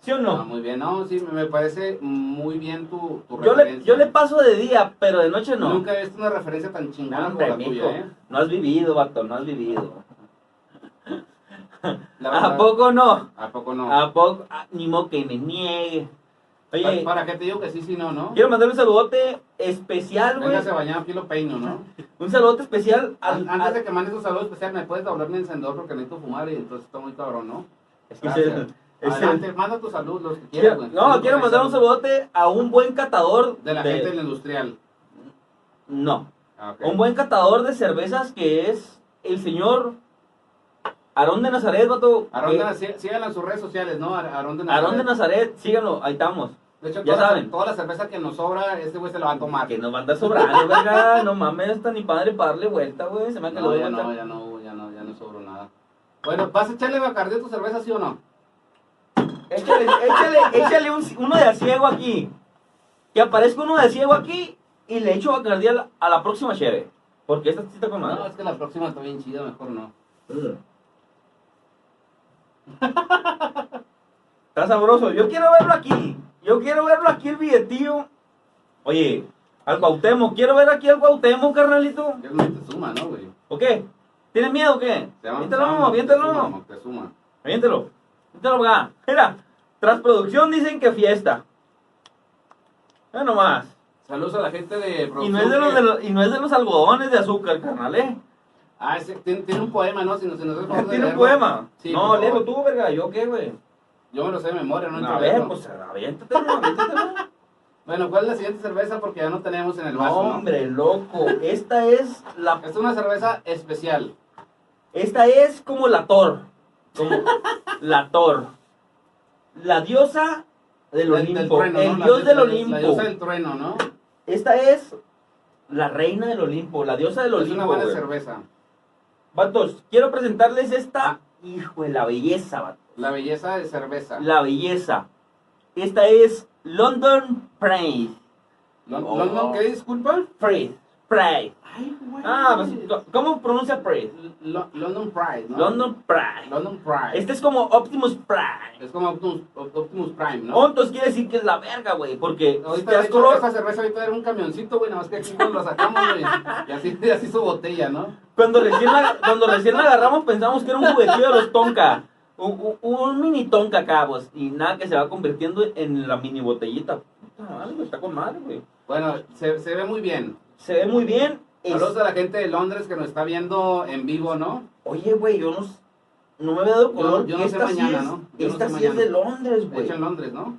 [SPEAKER 3] ¿Sí o
[SPEAKER 2] Ah,
[SPEAKER 3] no?
[SPEAKER 2] muy bien, no, sí, me- me parece muy bien tu, tu
[SPEAKER 3] Yo le,
[SPEAKER 2] referencia.
[SPEAKER 3] yo le paso de día, pero de noche no.
[SPEAKER 2] Nunca he visto una referencia tan chingona
[SPEAKER 3] Hombre,
[SPEAKER 2] como la
[SPEAKER 3] mijo,
[SPEAKER 2] tuya, ¿eh?
[SPEAKER 3] No has vivido, vato, no has vivido.
[SPEAKER 2] La
[SPEAKER 3] ¿A
[SPEAKER 2] verdad,
[SPEAKER 3] poco no?
[SPEAKER 2] ¿A poco no?
[SPEAKER 3] ¿A poco? Ah, ni modo que me niegue. Oye,
[SPEAKER 2] ¿Para, para qué te digo que sí, sí, no, no?
[SPEAKER 3] quiero mandarle un saludote especial, güey.
[SPEAKER 2] Véngase bañado, aquí lo peino, ¿no?
[SPEAKER 3] Un saludote especial al...
[SPEAKER 2] An- Antes
[SPEAKER 3] al-
[SPEAKER 2] de que mandes un saludo especial, ¿me puedes doblar mi encendedor porque necesito fumar y entonces está muy cabrón, ¿no?
[SPEAKER 3] es que es el-
[SPEAKER 2] Gracias.
[SPEAKER 3] es el-
[SPEAKER 2] Adelante, manda tu salud, los que quieras,
[SPEAKER 3] Quiero-
[SPEAKER 2] güey.
[SPEAKER 3] no, quiero mandar un saludote a un buen catador
[SPEAKER 2] De la gente del industrial.
[SPEAKER 3] No,
[SPEAKER 2] Ah, ok.
[SPEAKER 3] un buen catador de cervezas que es el señor Aarón de Nazaret, vato.
[SPEAKER 2] Aarón
[SPEAKER 3] que-
[SPEAKER 2] de Nazaret, sí- síganla en sus redes sociales, ¿no? Ar- Aarón de Nazaret.
[SPEAKER 3] eh. Aarón de Nazaret, síganlo, ahí estamos.
[SPEAKER 2] De hecho,
[SPEAKER 3] ya
[SPEAKER 2] toda, la-
[SPEAKER 3] saben.
[SPEAKER 2] toda la cerveza que nos sobra, este güey se la va a tomar.
[SPEAKER 3] Que nos van a andar sobrando, verga. No mames, está ni padre para darle vuelta, güey. Se me ha
[SPEAKER 2] No,
[SPEAKER 3] quedado
[SPEAKER 2] ya
[SPEAKER 3] vuelta.
[SPEAKER 2] no, ya no, ya no, ya no sobró nada. Bueno, ¿vas a echarle Bacardí a tu cerveza, sí o no?
[SPEAKER 3] Échale, échale, échale un- uno de a ciego aquí. Que aparezca uno de a ciego aquí y le echo Bacardí a la, a la próxima cheve. Porque esta sí está con
[SPEAKER 2] No,
[SPEAKER 3] madre.
[SPEAKER 2] es que la próxima está bien chida, mejor no.
[SPEAKER 3] Está sabroso. Yo quiero verlo aquí. Yo quiero verlo aquí el billetillo. Oye, al Cuauhtémoc. Quiero ver aquí al Cuauhtémoc, carnalito.
[SPEAKER 2] Que es Moctezuma, ¿no, güey?
[SPEAKER 3] ¿O qué? ¿Tienes miedo o qué?
[SPEAKER 2] Se llama- se llama
[SPEAKER 3] Aviéntalo, aviéntalo.
[SPEAKER 2] Moctezuma, Moctezuma.
[SPEAKER 3] Aviéntalo. Aviéntalo para acá. Mira, tras producción dicen que fiesta. Mira nomás.
[SPEAKER 2] Saludos a la gente de
[SPEAKER 3] Y no, es de los,
[SPEAKER 2] que-
[SPEAKER 3] de los- y no es de los algodones de azúcar, carnal, ¿eh?
[SPEAKER 2] Ah, ese- tiene, tiene un poema, ¿no? Si nos, si nos hace favor de
[SPEAKER 3] Tiene un
[SPEAKER 2] leerlo.
[SPEAKER 3] poema.
[SPEAKER 2] Sí, por
[SPEAKER 3] no,
[SPEAKER 2] favor.
[SPEAKER 3] léelo tú, verga. ¿Yo qué, güey?
[SPEAKER 2] Yo me lo sé de memoria, ¿no?
[SPEAKER 3] a ver,
[SPEAKER 2] Entenderlo.
[SPEAKER 3] pues aviéntatelo, aviéntatelo.
[SPEAKER 2] Bueno, ¿cuál es la siguiente cerveza? Porque ya no tenemos en el
[SPEAKER 3] No,
[SPEAKER 2] vaso, ¿no?
[SPEAKER 3] hombre, loco. Esta es la
[SPEAKER 2] Esta es una cerveza especial.
[SPEAKER 3] Esta es como la Thor. Como la Thor. la diosa del
[SPEAKER 2] Del- del
[SPEAKER 3] Olimpo,
[SPEAKER 2] trueno,
[SPEAKER 3] el
[SPEAKER 2] ¿no? La-
[SPEAKER 3] dios del
[SPEAKER 2] la-
[SPEAKER 3] Olimpo.
[SPEAKER 2] La diosa del trueno, ¿no?
[SPEAKER 3] Esta es la reina del Olimpo, la diosa del
[SPEAKER 2] es
[SPEAKER 3] Olimpo.
[SPEAKER 2] una buena
[SPEAKER 3] güey.
[SPEAKER 2] cerveza.
[SPEAKER 3] Vatos, quiero presentarles esta, hijo de la belleza, vato.
[SPEAKER 2] La belleza de cerveza.
[SPEAKER 3] La belleza. Esta es London Pride.
[SPEAKER 2] Lon-
[SPEAKER 3] Oh.
[SPEAKER 2] London, ¿qué disculpa?
[SPEAKER 3] Pride. Pride.
[SPEAKER 2] Ay, güey.
[SPEAKER 3] Ah, pues, ¿cómo pronuncia Pride?
[SPEAKER 2] Lo- London Pride, ¿no?
[SPEAKER 3] London Pride.
[SPEAKER 2] London Pride.
[SPEAKER 3] Este es como Optimus Pride.
[SPEAKER 2] Es como Optimus, Op- Optimus Prime, ¿no?
[SPEAKER 3] Ontos quiere decir que es la verga, güey, porque si
[SPEAKER 2] Ahorita,
[SPEAKER 3] Oh, te
[SPEAKER 2] de
[SPEAKER 3] das
[SPEAKER 2] hecho,
[SPEAKER 3] color,
[SPEAKER 2] esta cerveza ahorita era un camioncito, güey, nada más que aquí pues, lo sacamos, güey. Y así, y así su botella, ¿no?
[SPEAKER 3] Cuando recién la, cuando recién la agarramos pensamos que era un juguetillo de los Tonka. Un, un- un mini Tonka cabos. Y nada que se va convirtiendo en la mini botellita. Puta madre, güey, está con madre, güey.
[SPEAKER 2] Bueno, se, se ve muy bien.
[SPEAKER 3] Se ve muy bien. Es-
[SPEAKER 2] Saludos a la gente de Londres que nos está viendo en vivo, ¿no?
[SPEAKER 3] Oye, güey, yo no, s- no me había dado
[SPEAKER 2] Yo-
[SPEAKER 3] color.
[SPEAKER 2] yo no sé
[SPEAKER 3] esta sí
[SPEAKER 2] mañana,
[SPEAKER 3] es,
[SPEAKER 2] ¿no? Yo no
[SPEAKER 3] esta
[SPEAKER 2] sé
[SPEAKER 3] sí es
[SPEAKER 2] mañana.
[SPEAKER 3] de Londres,
[SPEAKER 2] De
[SPEAKER 3] güey.
[SPEAKER 2] hecho, en Londres, ¿no?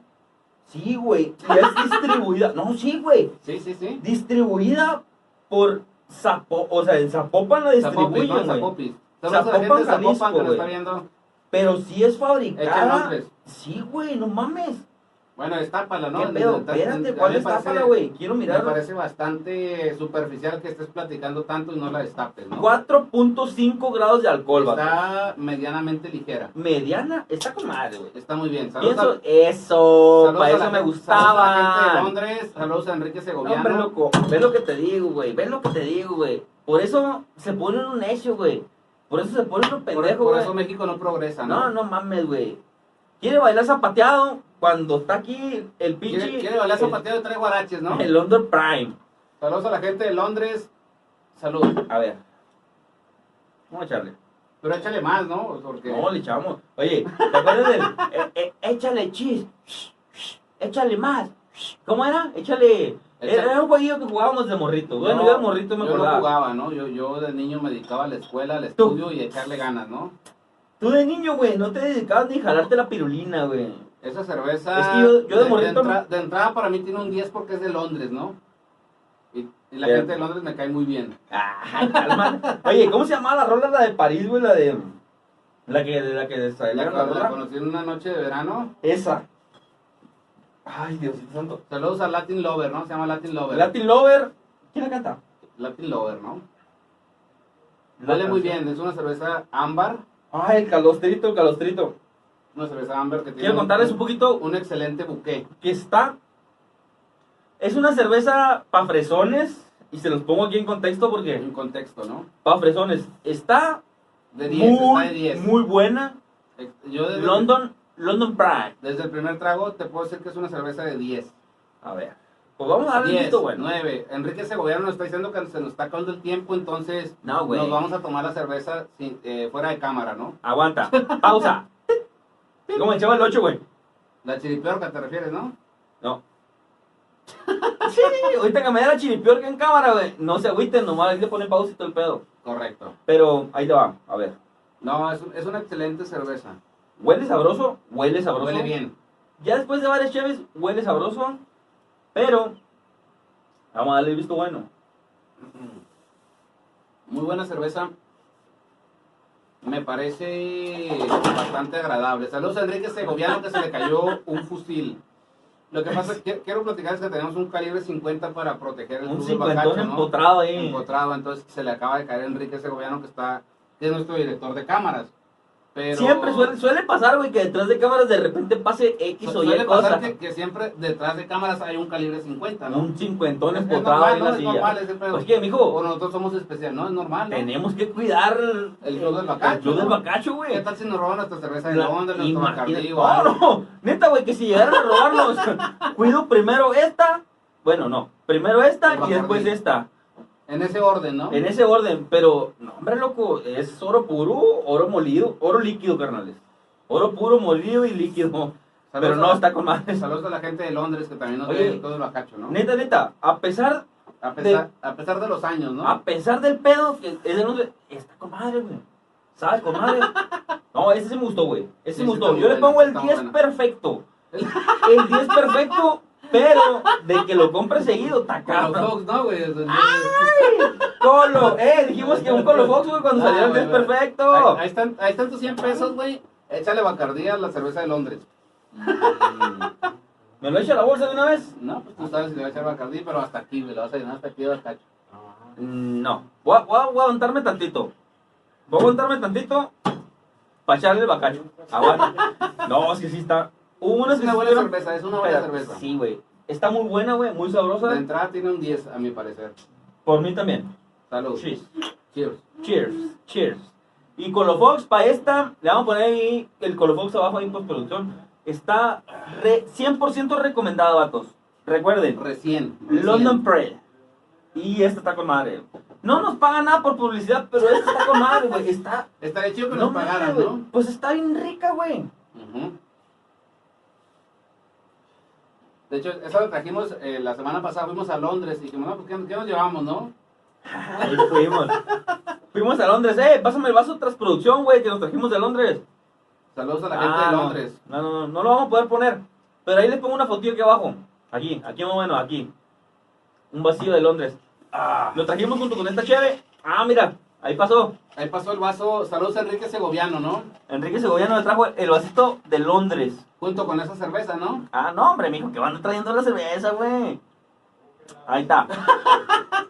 [SPEAKER 3] Sí, güey. Y es distribuida. No, sí, güey.
[SPEAKER 2] Sí, sí, sí.
[SPEAKER 3] Distribuida por Zapo, o sea, en Zapopan la
[SPEAKER 2] Zapopis, ¿no?
[SPEAKER 3] distribuyen, güey.
[SPEAKER 2] Zapopis. Saludos a la gente de
[SPEAKER 3] Zapopan,
[SPEAKER 2] Zapopan
[SPEAKER 3] Jalisco,
[SPEAKER 2] que nos está
[SPEAKER 3] güey.
[SPEAKER 2] viendo.
[SPEAKER 3] Pero sí es
[SPEAKER 2] Hecha en
[SPEAKER 3] fabricada.
[SPEAKER 2] Londres.
[SPEAKER 3] Sí, güey, no mames.
[SPEAKER 2] Bueno, estápala, ¿no?
[SPEAKER 3] ¿Qué pedo?
[SPEAKER 2] Está- está-
[SPEAKER 3] Espérate,
[SPEAKER 2] a
[SPEAKER 3] ¿cuál
[SPEAKER 2] mí me
[SPEAKER 3] estápala,
[SPEAKER 2] parece-
[SPEAKER 3] güey? Quiero
[SPEAKER 2] Me
[SPEAKER 3] mirar.
[SPEAKER 2] parece bastante superficial que estés platicando tanto y no la destapes, ¿no?
[SPEAKER 3] 4.5 grados de alcohol, vato.
[SPEAKER 2] Está medianamente ligera.
[SPEAKER 3] Mediana, está con madre, güey.
[SPEAKER 2] Está muy bien. Saludos,
[SPEAKER 3] Pienso,
[SPEAKER 2] a-
[SPEAKER 3] eso,
[SPEAKER 2] saludos
[SPEAKER 3] para
[SPEAKER 2] a
[SPEAKER 3] eso
[SPEAKER 2] la gen- saludos a
[SPEAKER 3] me
[SPEAKER 2] la gente de
[SPEAKER 3] gustaba.
[SPEAKER 2] Londres, saludos a Enrique
[SPEAKER 3] No, hombre,
[SPEAKER 2] Segoviano.
[SPEAKER 3] loco, ve lo que te digo, güey, ve lo que te digo, güey. Por eso se ponen un necio, güey. Por eso se ponen un
[SPEAKER 2] por,
[SPEAKER 3] pendejo,
[SPEAKER 2] por
[SPEAKER 3] güey.
[SPEAKER 2] eso México no progresa,
[SPEAKER 3] No,
[SPEAKER 2] ¿no?
[SPEAKER 3] no mames, güey. Quiere bailar zapateado cuando está aquí el pinche...
[SPEAKER 2] Quiere, quiere bailar zapateado y trae guaraches, ¿no?
[SPEAKER 3] El, el London Prime.
[SPEAKER 2] Saludos a la gente de Londres. Saludos.
[SPEAKER 3] A ver. Vamos a echarle.
[SPEAKER 2] Pero échale más, ¿no? Porque
[SPEAKER 3] No, le echamos. Oye, ¿te acuerdas del... eh, eh, échale chis. Échale más. ¿Cómo era? Échale...
[SPEAKER 2] Échale.
[SPEAKER 3] Era un jueguito que jugábamos de morrito. Bueno,
[SPEAKER 2] no,
[SPEAKER 3] yo de morrito me
[SPEAKER 2] yo no
[SPEAKER 3] acordaba.
[SPEAKER 2] jugaba, ¿no? Yo, yo de niño me dedicaba a la escuela, al
[SPEAKER 3] Tú.
[SPEAKER 2] estudio y a echarle ganas, ¿no?
[SPEAKER 3] Tú de niño, güey, no te dedicabas ni jalarte la pirulina, güey.
[SPEAKER 2] Esa cerveza.
[SPEAKER 3] Es que yo- yo de morrito-
[SPEAKER 2] entra- de entrada para mí tiene un 10 porque es de Londres, ¿no? Y, y la
[SPEAKER 3] Bien.
[SPEAKER 2] gente de Londres me cae muy bien.
[SPEAKER 3] Ah, calma. Oye, ¿cómo se llamaba la rola la de París, güey? La de. La que, de la que
[SPEAKER 2] La,
[SPEAKER 3] desailaron
[SPEAKER 2] la- la conocí en una noche de verano.
[SPEAKER 3] Esa. Ay, Dios santo.
[SPEAKER 2] Saludos a Latin Lover, ¿no? Se llama Latin Lover.
[SPEAKER 3] Latin Lover. ¿Quién la canta?
[SPEAKER 2] Latin Lover, ¿no? Huele muy bien, es una cerveza ámbar.
[SPEAKER 3] Ay, Ah, el calostrito, el calostrito.
[SPEAKER 2] Una cerveza ámbar que tiene.
[SPEAKER 3] Quiero contarles un poquito
[SPEAKER 2] Un excelente buqué.
[SPEAKER 3] que está. Es una cerveza pa' fresones. Y se los pongo aquí en contexto porque.
[SPEAKER 2] En contexto, ¿no?
[SPEAKER 3] Pa' fresones. Está
[SPEAKER 2] De 10,
[SPEAKER 3] muy,
[SPEAKER 2] está de 10.
[SPEAKER 3] muy buena.
[SPEAKER 2] Ex- Yo desde,
[SPEAKER 3] London, London Pride.
[SPEAKER 2] desde el primer trago te puedo decir que es una cerveza de 10.
[SPEAKER 3] A ver. Pues vamos a darle un
[SPEAKER 2] 10,
[SPEAKER 3] visto bueno.
[SPEAKER 2] 9. Enrique Segoviano nos está diciendo que se nos está acabando el tiempo, entonces
[SPEAKER 3] No, güey.
[SPEAKER 2] nos vamos a tomar la cerveza sin- eh, fuera de cámara, ¿no?
[SPEAKER 3] Aguanta. Pausa. ¿Cómo echaba el 8, güey?
[SPEAKER 2] La chiripiorca te refieres, ¿no?
[SPEAKER 3] No. Sí, ahorita que me da la chiripiorca en cámara, güey. No se agüiten, nomás ahí le ponen pausa y todo el pedo.
[SPEAKER 2] Correcto.
[SPEAKER 3] Pero ahí te va, a ver.
[SPEAKER 2] No, es, es una excelente cerveza.
[SPEAKER 3] Huele sabroso, huele sabroso.
[SPEAKER 2] Huele bien.
[SPEAKER 3] Ya después de varias cheves, huele sabroso. Pero, vamos a darle el visto bueno.
[SPEAKER 2] Muy buena cerveza. Me parece bastante agradable. Saludos a Enrique Segoviano que se le cayó un fusil. Lo que pasa es que quiero platicarles que tenemos un calibre 50 para proteger el
[SPEAKER 3] Un
[SPEAKER 2] fútbol bacacho,
[SPEAKER 3] cincuentón
[SPEAKER 2] ¿no?
[SPEAKER 3] empotrado ahí.
[SPEAKER 2] empotrado, entonces se le acaba de caer a Enrique Segoviano que está que es nuestro director de cámaras. Pero
[SPEAKER 3] Siempre suele, suele pasar, güey, que detrás de cámaras de repente pase X
[SPEAKER 2] su-
[SPEAKER 3] o Y
[SPEAKER 2] suele pasar
[SPEAKER 3] cosa.
[SPEAKER 2] que, que siempre detrás de cámaras hay un calibre 50, ¿no?
[SPEAKER 3] Un cincuentón
[SPEAKER 2] Es que es
[SPEAKER 3] empotrado
[SPEAKER 2] normal,
[SPEAKER 3] ahí en
[SPEAKER 2] ¿no?
[SPEAKER 3] la
[SPEAKER 2] Es
[SPEAKER 3] silla.
[SPEAKER 2] normal ese pedo.
[SPEAKER 3] Oye, mijo,
[SPEAKER 2] O nosotros somos especial, no es normal. ¿no?
[SPEAKER 3] Tenemos que cuidar el,
[SPEAKER 2] El club del bacacho,
[SPEAKER 3] el club del
[SPEAKER 2] ¿no?
[SPEAKER 3] bacacho, güey.
[SPEAKER 2] ¿Qué tal si nos roban nuestra cerveza de
[SPEAKER 3] La-
[SPEAKER 2] Londres, nuestro
[SPEAKER 3] imagina-
[SPEAKER 2] Bacardí o
[SPEAKER 3] No,
[SPEAKER 2] algo?
[SPEAKER 3] no, neta, güey, que si llegaran a robarnos, cuido primero esta, bueno, no, primero
[SPEAKER 2] El
[SPEAKER 3] esta y
[SPEAKER 2] Bacardí.
[SPEAKER 3] después esta,
[SPEAKER 2] En ese orden, ¿no?
[SPEAKER 3] en ese orden, pero, no, hombre, loco, es oro puro, oro molido, oro líquido, carnales, oro puro, molido y líquido, pero
[SPEAKER 2] Saludos a
[SPEAKER 3] no,
[SPEAKER 2] la-
[SPEAKER 3] está con madres.
[SPEAKER 2] Saludos a la gente de Londres que también nos
[SPEAKER 3] Oye,
[SPEAKER 2] ve el club del bacacho, ¿no?
[SPEAKER 3] Neta, neta, a pesar,
[SPEAKER 2] A pesar, a pesar de los años, ¿no?
[SPEAKER 3] a pesar del pedo, que es de donde, está con madre, güey, ¿sabes, con madre? No, ese sí me gustó, güey,
[SPEAKER 2] Sí,
[SPEAKER 3] ese sí me
[SPEAKER 2] sí
[SPEAKER 3] gustó,
[SPEAKER 2] está
[SPEAKER 3] yo le
[SPEAKER 2] buena,
[SPEAKER 3] pongo el
[SPEAKER 2] está
[SPEAKER 3] 10
[SPEAKER 2] buena.
[SPEAKER 3] perfecto. El 10 perfecto, pero de que lo compre seguido, está
[SPEAKER 2] Con los
[SPEAKER 3] cabrón.
[SPEAKER 2] Fox, ¿no, güey? Entonces,
[SPEAKER 3] Colo, eh, dijimos que un Colo Fox, güey, cuando
[SPEAKER 2] Ah,
[SPEAKER 3] salió el
[SPEAKER 2] güey,
[SPEAKER 3] 10
[SPEAKER 2] güey.
[SPEAKER 3] perfecto.
[SPEAKER 2] Ahí, ahí están, ahí están tus 100 pesos, güey. Échale Bacardí a la cerveza de Londres.
[SPEAKER 3] ¿Me lo echa a la bolsa de una vez?
[SPEAKER 2] No, pues tú sabes si le va a echar Bacardí, pero hasta aquí, güey. Lo vas a llenar hasta aquí de Bacacho.
[SPEAKER 3] Mm, No. Voy a, voy a- voy a aguantarme tantito. Voy a aguantarme tantito para echarle el bacacho. Aguanta. No, es que sí está. Hubo unas
[SPEAKER 2] Es
[SPEAKER 3] que
[SPEAKER 2] una
[SPEAKER 3] sí
[SPEAKER 2] buena
[SPEAKER 3] estuvieron-
[SPEAKER 2] cerveza, es una buena
[SPEAKER 3] Espera,
[SPEAKER 2] cerveza.
[SPEAKER 3] Sí, güey. Está muy buena, güey. Muy
[SPEAKER 2] De
[SPEAKER 3] sabrosa.
[SPEAKER 2] entrada tiene un 10, a mi parecer.
[SPEAKER 3] Por mí también.
[SPEAKER 2] Salud.
[SPEAKER 3] Cheers.
[SPEAKER 2] Cheers.
[SPEAKER 3] Cheers. Cheers. Y Colofox, para esta, le vamos a poner ahí el Colofox abajo ahí en postproducción. Está re- 100% recomendado, vatos. Recuerden,
[SPEAKER 2] Recién. recién.
[SPEAKER 3] London Prey. Y esta está con madre. No nos paga nada por publicidad, pero esta está con madre, güey. Está.
[SPEAKER 2] Estaría chido que
[SPEAKER 3] no
[SPEAKER 2] nos pagaran,
[SPEAKER 3] mames,
[SPEAKER 2] ¿no?
[SPEAKER 3] güey. Pues está bien rica, güey.
[SPEAKER 2] Ujú. De hecho, eso lo trajimos eh, la semana pasada, fuimos a Londres y dijimos, no, pues ¿qué, qué nos llevamos, no?
[SPEAKER 3] Ahí fuimos. fuimos a Londres. Eh, pásame el vaso tras producción, güey, que nos trajimos de Londres.
[SPEAKER 2] Saludos a la gente
[SPEAKER 3] Ah,
[SPEAKER 2] de
[SPEAKER 3] no.
[SPEAKER 2] Londres.
[SPEAKER 3] No, no, no, no lo vamos a poder poner. Pero ahí les pongo una fotito aquí abajo. Aquí, aquí más o menos, aquí. Un vacío de Londres.
[SPEAKER 2] Ah.
[SPEAKER 3] Lo trajimos junto con esta cheve. Ah, mira, ahí pasó.
[SPEAKER 2] Ahí pasó el vaso, saludos a Enrique Segoviano, ¿no?
[SPEAKER 3] Enrique Segoviano le trajo el vasito de Londres.
[SPEAKER 2] Junto con esa cerveza, ¿no?
[SPEAKER 3] Ah, no, hombre, mijo, que van trayendo la cerveza, güey. Ahí está.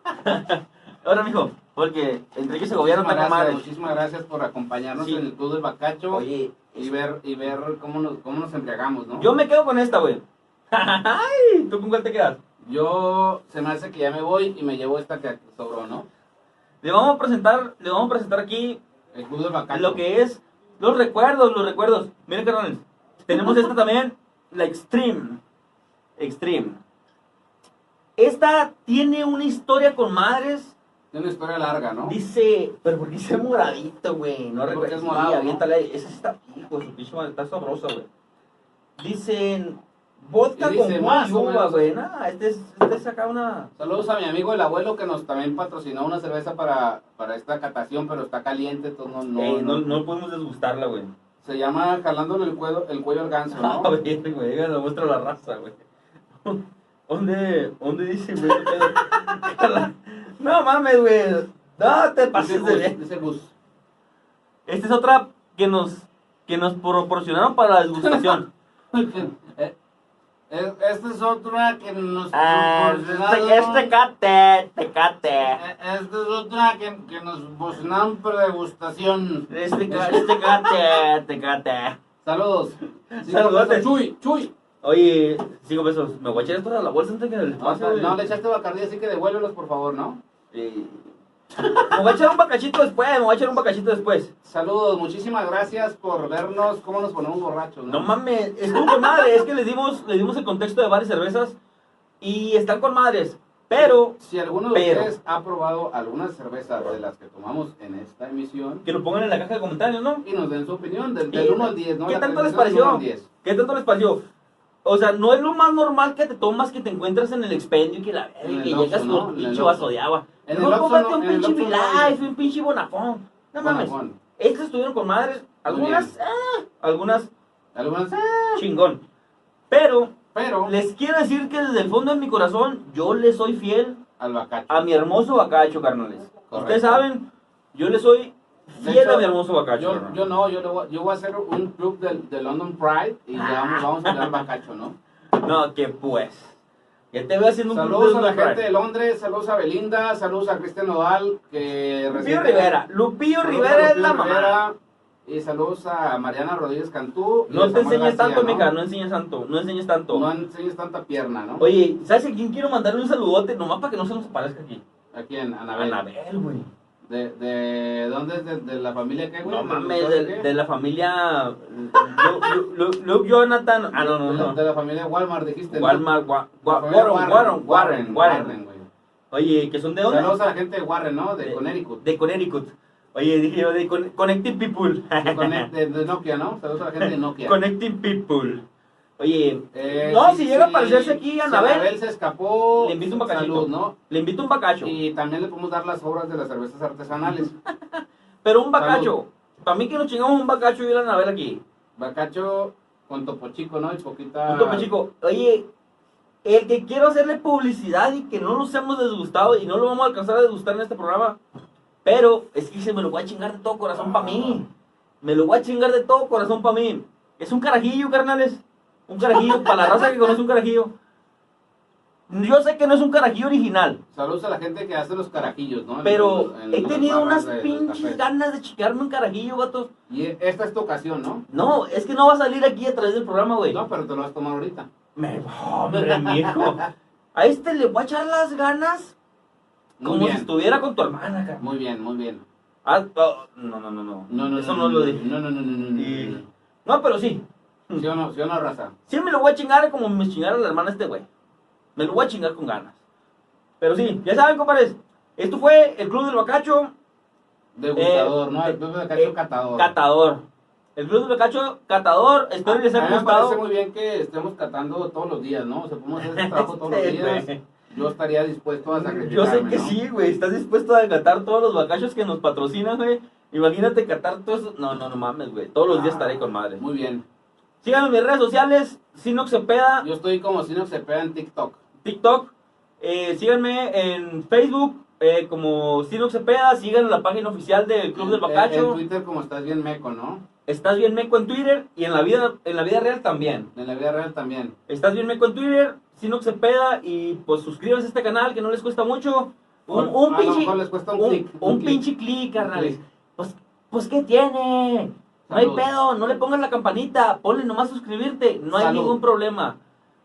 [SPEAKER 3] Ahora, mijo, porque Enrique Segoviano está
[SPEAKER 2] muchísimas,
[SPEAKER 3] con madre.
[SPEAKER 2] gracias, muchísimas gracias por acompañarnos
[SPEAKER 3] Sí.
[SPEAKER 2] en el Club del Bacacho
[SPEAKER 3] Oye,
[SPEAKER 2] y ver, y ver cómo, nos, cómo nos embriagamos, ¿no?
[SPEAKER 3] yo me quedo con esta, güey. Ay, ¿Tú con cuál te quedas?
[SPEAKER 2] Yo, se me hace que ya me voy y me llevo esta que sobró, ¿no?
[SPEAKER 3] Le vamos a presentar, le vamos a presentar aquí
[SPEAKER 2] El Club del Bacacho.
[SPEAKER 3] lo que es los recuerdos, los recuerdos. Miren, cabrones, tenemos esta también, la Extreme. Extreme. Esta tiene una historia con madres.
[SPEAKER 2] Tiene una historia larga, ¿no?
[SPEAKER 3] Dice, pero porque dice moradito, güey. No
[SPEAKER 2] Porque
[SPEAKER 3] recuerdo.
[SPEAKER 2] es morado,
[SPEAKER 3] Sí,
[SPEAKER 2] ¿no?
[SPEAKER 3] aviéntale ahí. Esa sí está, hijo, de su pinche madre, está sabrosa, güey. Dicen, vodka
[SPEAKER 2] Y dice,
[SPEAKER 3] con
[SPEAKER 2] más
[SPEAKER 3] más
[SPEAKER 2] o
[SPEAKER 3] uva,
[SPEAKER 2] menos.
[SPEAKER 3] güey. Nah, este es, este es acá una.
[SPEAKER 2] Saludos a mi amigo el abuelo que nos también patrocinó una cerveza para, para esta catación, pero está caliente, entonces no, no,
[SPEAKER 3] Ey,
[SPEAKER 2] no.
[SPEAKER 3] podemos desgustarla, güey.
[SPEAKER 2] Se llama jalándole el cuello, el cuello al ganso, ¿no?
[SPEAKER 3] A ver, güey, díganle, muestra la raza, güey. ¿Dónde, dónde dice, güey? qué pedo? Cala- no mames, güey. No te
[SPEAKER 2] dice
[SPEAKER 3] pases de
[SPEAKER 2] Gus,
[SPEAKER 3] bien.
[SPEAKER 2] dice Gus.
[SPEAKER 3] Esta es otra que nos, que nos proporcionaron para la degustación.
[SPEAKER 2] Eh, eh, Esta es otra que nos
[SPEAKER 3] Ah,
[SPEAKER 2] proporcionaron-
[SPEAKER 3] este, este cate, tecate.
[SPEAKER 2] Eh, Esta es otra que, que nos proporcionaron para degustación.
[SPEAKER 3] Este, ca- este cate, tecate.
[SPEAKER 2] Saludos.
[SPEAKER 3] Saludotes.
[SPEAKER 2] Chuy, Chuy.
[SPEAKER 3] Oye, cinco pesos. Me voy a echar esto a la bolsa antes que les
[SPEAKER 2] No,
[SPEAKER 3] pase,
[SPEAKER 2] no,
[SPEAKER 3] güey.
[SPEAKER 2] no, le echaste bacardí, así que devuélvelos, por favor, ¿no?
[SPEAKER 3] Eh, Me voy a echar un bacachito después, me voy a echar un bacachito después.
[SPEAKER 2] Saludos, muchísimas gracias por vernos. ¿Cómo nos ponemos borrachos?
[SPEAKER 3] No mames, estuvo con madre, es que les dimos, les dimos el contexto de varias cervezas y están con madres, pero
[SPEAKER 2] Si alguno de
[SPEAKER 3] Pero-
[SPEAKER 2] ustedes ha probado alguna cerveza de las que tomamos en esta emisión
[SPEAKER 3] que lo pongan en la caja de comentarios, ¿no?
[SPEAKER 2] y nos den su opinión del,
[SPEAKER 3] Sí.
[SPEAKER 2] 1 al 10, ¿no?
[SPEAKER 3] Eh, ¿Qué
[SPEAKER 2] La
[SPEAKER 3] tanto les
[SPEAKER 2] calificación
[SPEAKER 3] pareció?
[SPEAKER 2] del 1 al 10.
[SPEAKER 3] ¿Qué tanto les pareció? O sea, no es lo más normal que te tomas que te encuentras en el expendio y que la
[SPEAKER 2] En
[SPEAKER 3] y
[SPEAKER 2] el
[SPEAKER 3] que
[SPEAKER 2] Oxxo,
[SPEAKER 3] llegas
[SPEAKER 2] ¿no?
[SPEAKER 3] con
[SPEAKER 2] En
[SPEAKER 3] un
[SPEAKER 2] el
[SPEAKER 3] pinche
[SPEAKER 2] Oxxo.
[SPEAKER 3] vaso de agua.
[SPEAKER 2] En
[SPEAKER 3] Mejor
[SPEAKER 2] el Oxxo
[SPEAKER 3] cómprate
[SPEAKER 2] no,
[SPEAKER 3] un
[SPEAKER 2] en el
[SPEAKER 3] pinche
[SPEAKER 2] Oxxo no hay.
[SPEAKER 3] Vilife, un pinche Bonafón. No mames.
[SPEAKER 2] Bonafón.
[SPEAKER 3] Estas estuvieron con madres, algunas,
[SPEAKER 2] bien.
[SPEAKER 3] ah, algunas
[SPEAKER 2] Algunas, ah,
[SPEAKER 3] chingón. Pero
[SPEAKER 2] pero
[SPEAKER 3] les quiero decir que desde el fondo de mi corazón yo les soy fiel
[SPEAKER 2] al bacacho.
[SPEAKER 3] a Ah, mi hermoso bacacho, carnales.
[SPEAKER 2] Correcto.
[SPEAKER 3] Ustedes saben, yo le soy
[SPEAKER 2] De
[SPEAKER 3] fiel
[SPEAKER 2] hecho,
[SPEAKER 3] a mi hermoso bacacho.
[SPEAKER 2] Yo,
[SPEAKER 3] carnal.
[SPEAKER 2] yo no, yo, le voy, yo voy a hacer un club del de London Pride y
[SPEAKER 3] Ah.
[SPEAKER 2] ya vamos, vamos a hablar bacacho, ¿no?
[SPEAKER 3] No, que pues. Ya te veo haciendo un
[SPEAKER 2] Saludos a la
[SPEAKER 3] Lupillo
[SPEAKER 2] gente de Londres, saludos a Belinda, saludos a Cristian Nodal, que
[SPEAKER 3] Lupillo
[SPEAKER 2] recientemente-
[SPEAKER 3] Rivera. Lupillo
[SPEAKER 2] Saludos a
[SPEAKER 3] Rivera es
[SPEAKER 2] Lupillo
[SPEAKER 3] la mamá.
[SPEAKER 2] Rivera, Y saludos a Mariana Rodríguez Cantú. y a
[SPEAKER 3] No te
[SPEAKER 2] Samuel
[SPEAKER 3] enseñes
[SPEAKER 2] García,
[SPEAKER 3] tanto,
[SPEAKER 2] ¿no?
[SPEAKER 3] mica, no enseñes tanto, no enseñes tanto.
[SPEAKER 2] No enseñes tanta pierna, ¿no?
[SPEAKER 3] Oye, ¿sabes a quién quiero mandarle un saludote? Nomás para que no se nos aparezca aquí.
[SPEAKER 2] Aquí en
[SPEAKER 3] A
[SPEAKER 2] Anabel.
[SPEAKER 3] Anabel, güey.
[SPEAKER 2] ¿De, de dónde es? ¿De, de la familia qué, güey?
[SPEAKER 3] No
[SPEAKER 2] ¿De
[SPEAKER 3] mames,
[SPEAKER 2] los
[SPEAKER 3] de,
[SPEAKER 2] qué?
[SPEAKER 3] de la familia Lu- Lu- Lu- Luke Jonathan. Ah, no, no,
[SPEAKER 2] De la-
[SPEAKER 3] no.
[SPEAKER 2] de la familia Walmart, dijiste. ¿no?
[SPEAKER 3] Walmart,
[SPEAKER 2] La
[SPEAKER 3] Wa- Wa-
[SPEAKER 2] familia
[SPEAKER 3] Warren, Warren, Warren, Warren.
[SPEAKER 2] güey.
[SPEAKER 3] Oye, ¿que son de dónde?
[SPEAKER 2] Saludos a la gente de Warren, ¿no? De, Connecticut.
[SPEAKER 3] De Connecticut. Oye, dije yo, de Con- Connecting People.
[SPEAKER 2] De, Conne- de- de Nokia, ¿no? Saludos a la gente de Nokia.
[SPEAKER 3] Connecting People. Oye,
[SPEAKER 2] Eh,
[SPEAKER 3] no,
[SPEAKER 2] sí,
[SPEAKER 3] si llega a
[SPEAKER 2] sí,
[SPEAKER 3] aparecerse aquí
[SPEAKER 2] si
[SPEAKER 3] Anabel,
[SPEAKER 2] Anabel se escapó.
[SPEAKER 3] le invito un bacachito.
[SPEAKER 2] Salud, ¿no?
[SPEAKER 3] le invito un bacacho.
[SPEAKER 2] Y también le podemos dar las obras de las cervezas artesanales.
[SPEAKER 3] Pero un bacacho. Para mí que nos chingamos un bacacho y la Anabel aquí.
[SPEAKER 2] Bacacho con topo chico, ¿no? Y poquita.
[SPEAKER 3] Un topo chico. Oye, el que quiero hacerle publicidad y que no nos hemos desgustado y no lo vamos a alcanzar a desgustar en este programa. Pero es que se me lo voy a chingar de todo corazón para mí. Me lo voy a chingar de todo corazón para mí. Es un carajillo, carnales. Un carajillo, para la raza que conoce un carajillo. Yo sé que no es un carajillo original,
[SPEAKER 2] Saludos a la gente que hace los carajillos, ¿no? En
[SPEAKER 3] pero
[SPEAKER 2] los- en
[SPEAKER 3] he
[SPEAKER 2] las
[SPEAKER 3] tenido
[SPEAKER 2] barras
[SPEAKER 3] unas
[SPEAKER 2] de los
[SPEAKER 3] pinches
[SPEAKER 2] cafés.
[SPEAKER 3] ganas de chicarme un carajillo, vato.
[SPEAKER 2] Y e- esta es tu ocasión, ¿no?
[SPEAKER 3] No, es que no va a salir aquí a través del programa, güey.
[SPEAKER 2] No, pero te lo vas a tomar ahorita.
[SPEAKER 3] Me, hombre, mijo. A este le voy a echar las ganas
[SPEAKER 2] Muy
[SPEAKER 3] como si
[SPEAKER 2] bien.
[SPEAKER 3] estuviera con tu hermana, cara.
[SPEAKER 2] Muy bien, muy bien.
[SPEAKER 3] Ah, oh, no, no, no, no.
[SPEAKER 2] No, no,
[SPEAKER 3] Eso
[SPEAKER 2] no,
[SPEAKER 3] no, lo dije.
[SPEAKER 2] No, no, no, no, no, no,
[SPEAKER 3] Y- Eh,
[SPEAKER 2] no, no.
[SPEAKER 3] No, pero sí.
[SPEAKER 2] ¿Sí o no, sí o no, raza?
[SPEAKER 3] Sí me lo voy a chingar como me chingaron la hermana este güey. Me lo voy a chingar con ganas. Pero sí, ya saben, compadres. Esto fue el Club del Bacacho.
[SPEAKER 2] Degustador,
[SPEAKER 3] Eh,
[SPEAKER 2] ¿no? El
[SPEAKER 3] eh,
[SPEAKER 2] Pepe de Cacho
[SPEAKER 3] eh,
[SPEAKER 2] Catador.
[SPEAKER 3] Catador. El Club del Bacacho, catador. Espero les
[SPEAKER 2] A mí me
[SPEAKER 3] haya
[SPEAKER 2] Ah, parece
[SPEAKER 3] gustado.
[SPEAKER 2] muy bien que estemos catando todos los días, ¿no? O sea, podemos hacer este trabajo todos los
[SPEAKER 3] Sí,
[SPEAKER 2] días.
[SPEAKER 3] güey.
[SPEAKER 2] Yo estaría dispuesto a sacrificarme,
[SPEAKER 3] Yo sé que
[SPEAKER 2] ¿no?
[SPEAKER 3] sí, güey. Estás dispuesto a catar todos los bacachos que nos patrocinan, güey. Imagínate catar todos esos- No, no, no mames, güey. Todos los días estaré con madre.
[SPEAKER 2] Muy bien.
[SPEAKER 3] Síganme en mis redes sociales. Sinox Cepeda.
[SPEAKER 2] Yo estoy como Sinox Cepeda en TikTok.
[SPEAKER 3] TikTok. eh, síganme en Facebook eh, como Sinox Cepeda. Sigan la página oficial del Club del
[SPEAKER 2] En- Eh, En
[SPEAKER 3] Bacacho.
[SPEAKER 2] Twitter como estás bien meco, ¿no?
[SPEAKER 3] Estás bien meco en Twitter y en la vida, en la vida real también.
[SPEAKER 2] En la vida real también.
[SPEAKER 3] Estás bien meco en Twitter, Sinox Cepeda y pues suscríbanse a este canal que no les cuesta mucho. Un,
[SPEAKER 2] O-
[SPEAKER 3] un
[SPEAKER 2] a lo
[SPEAKER 3] pinche,
[SPEAKER 2] mejor les cuesta un
[SPEAKER 3] un,
[SPEAKER 2] clic,
[SPEAKER 3] un
[SPEAKER 2] un clic.
[SPEAKER 3] pinche clic, carnales.
[SPEAKER 2] clic.
[SPEAKER 3] Pues, pues qué tiene. No hay
[SPEAKER 2] Salud.
[SPEAKER 3] pedo, no le pongas la campanita, ponle nomás suscribirte, no hay
[SPEAKER 2] Salud.
[SPEAKER 3] ningún problema.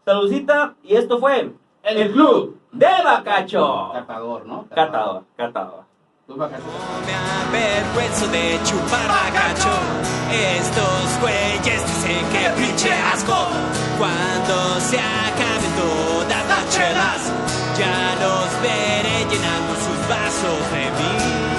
[SPEAKER 3] Saludcita y esto fue
[SPEAKER 2] El
[SPEAKER 3] Club de Bacacho.
[SPEAKER 2] Catador, ¿no?
[SPEAKER 3] Catador, catador.
[SPEAKER 2] Tú bacacho.
[SPEAKER 1] No me avergüenzo de chupar bagacho. Estos güeyes dicen que pinche asco. Cuando se acaben todas las chelas, ya los veré llenando sus vasos de mí.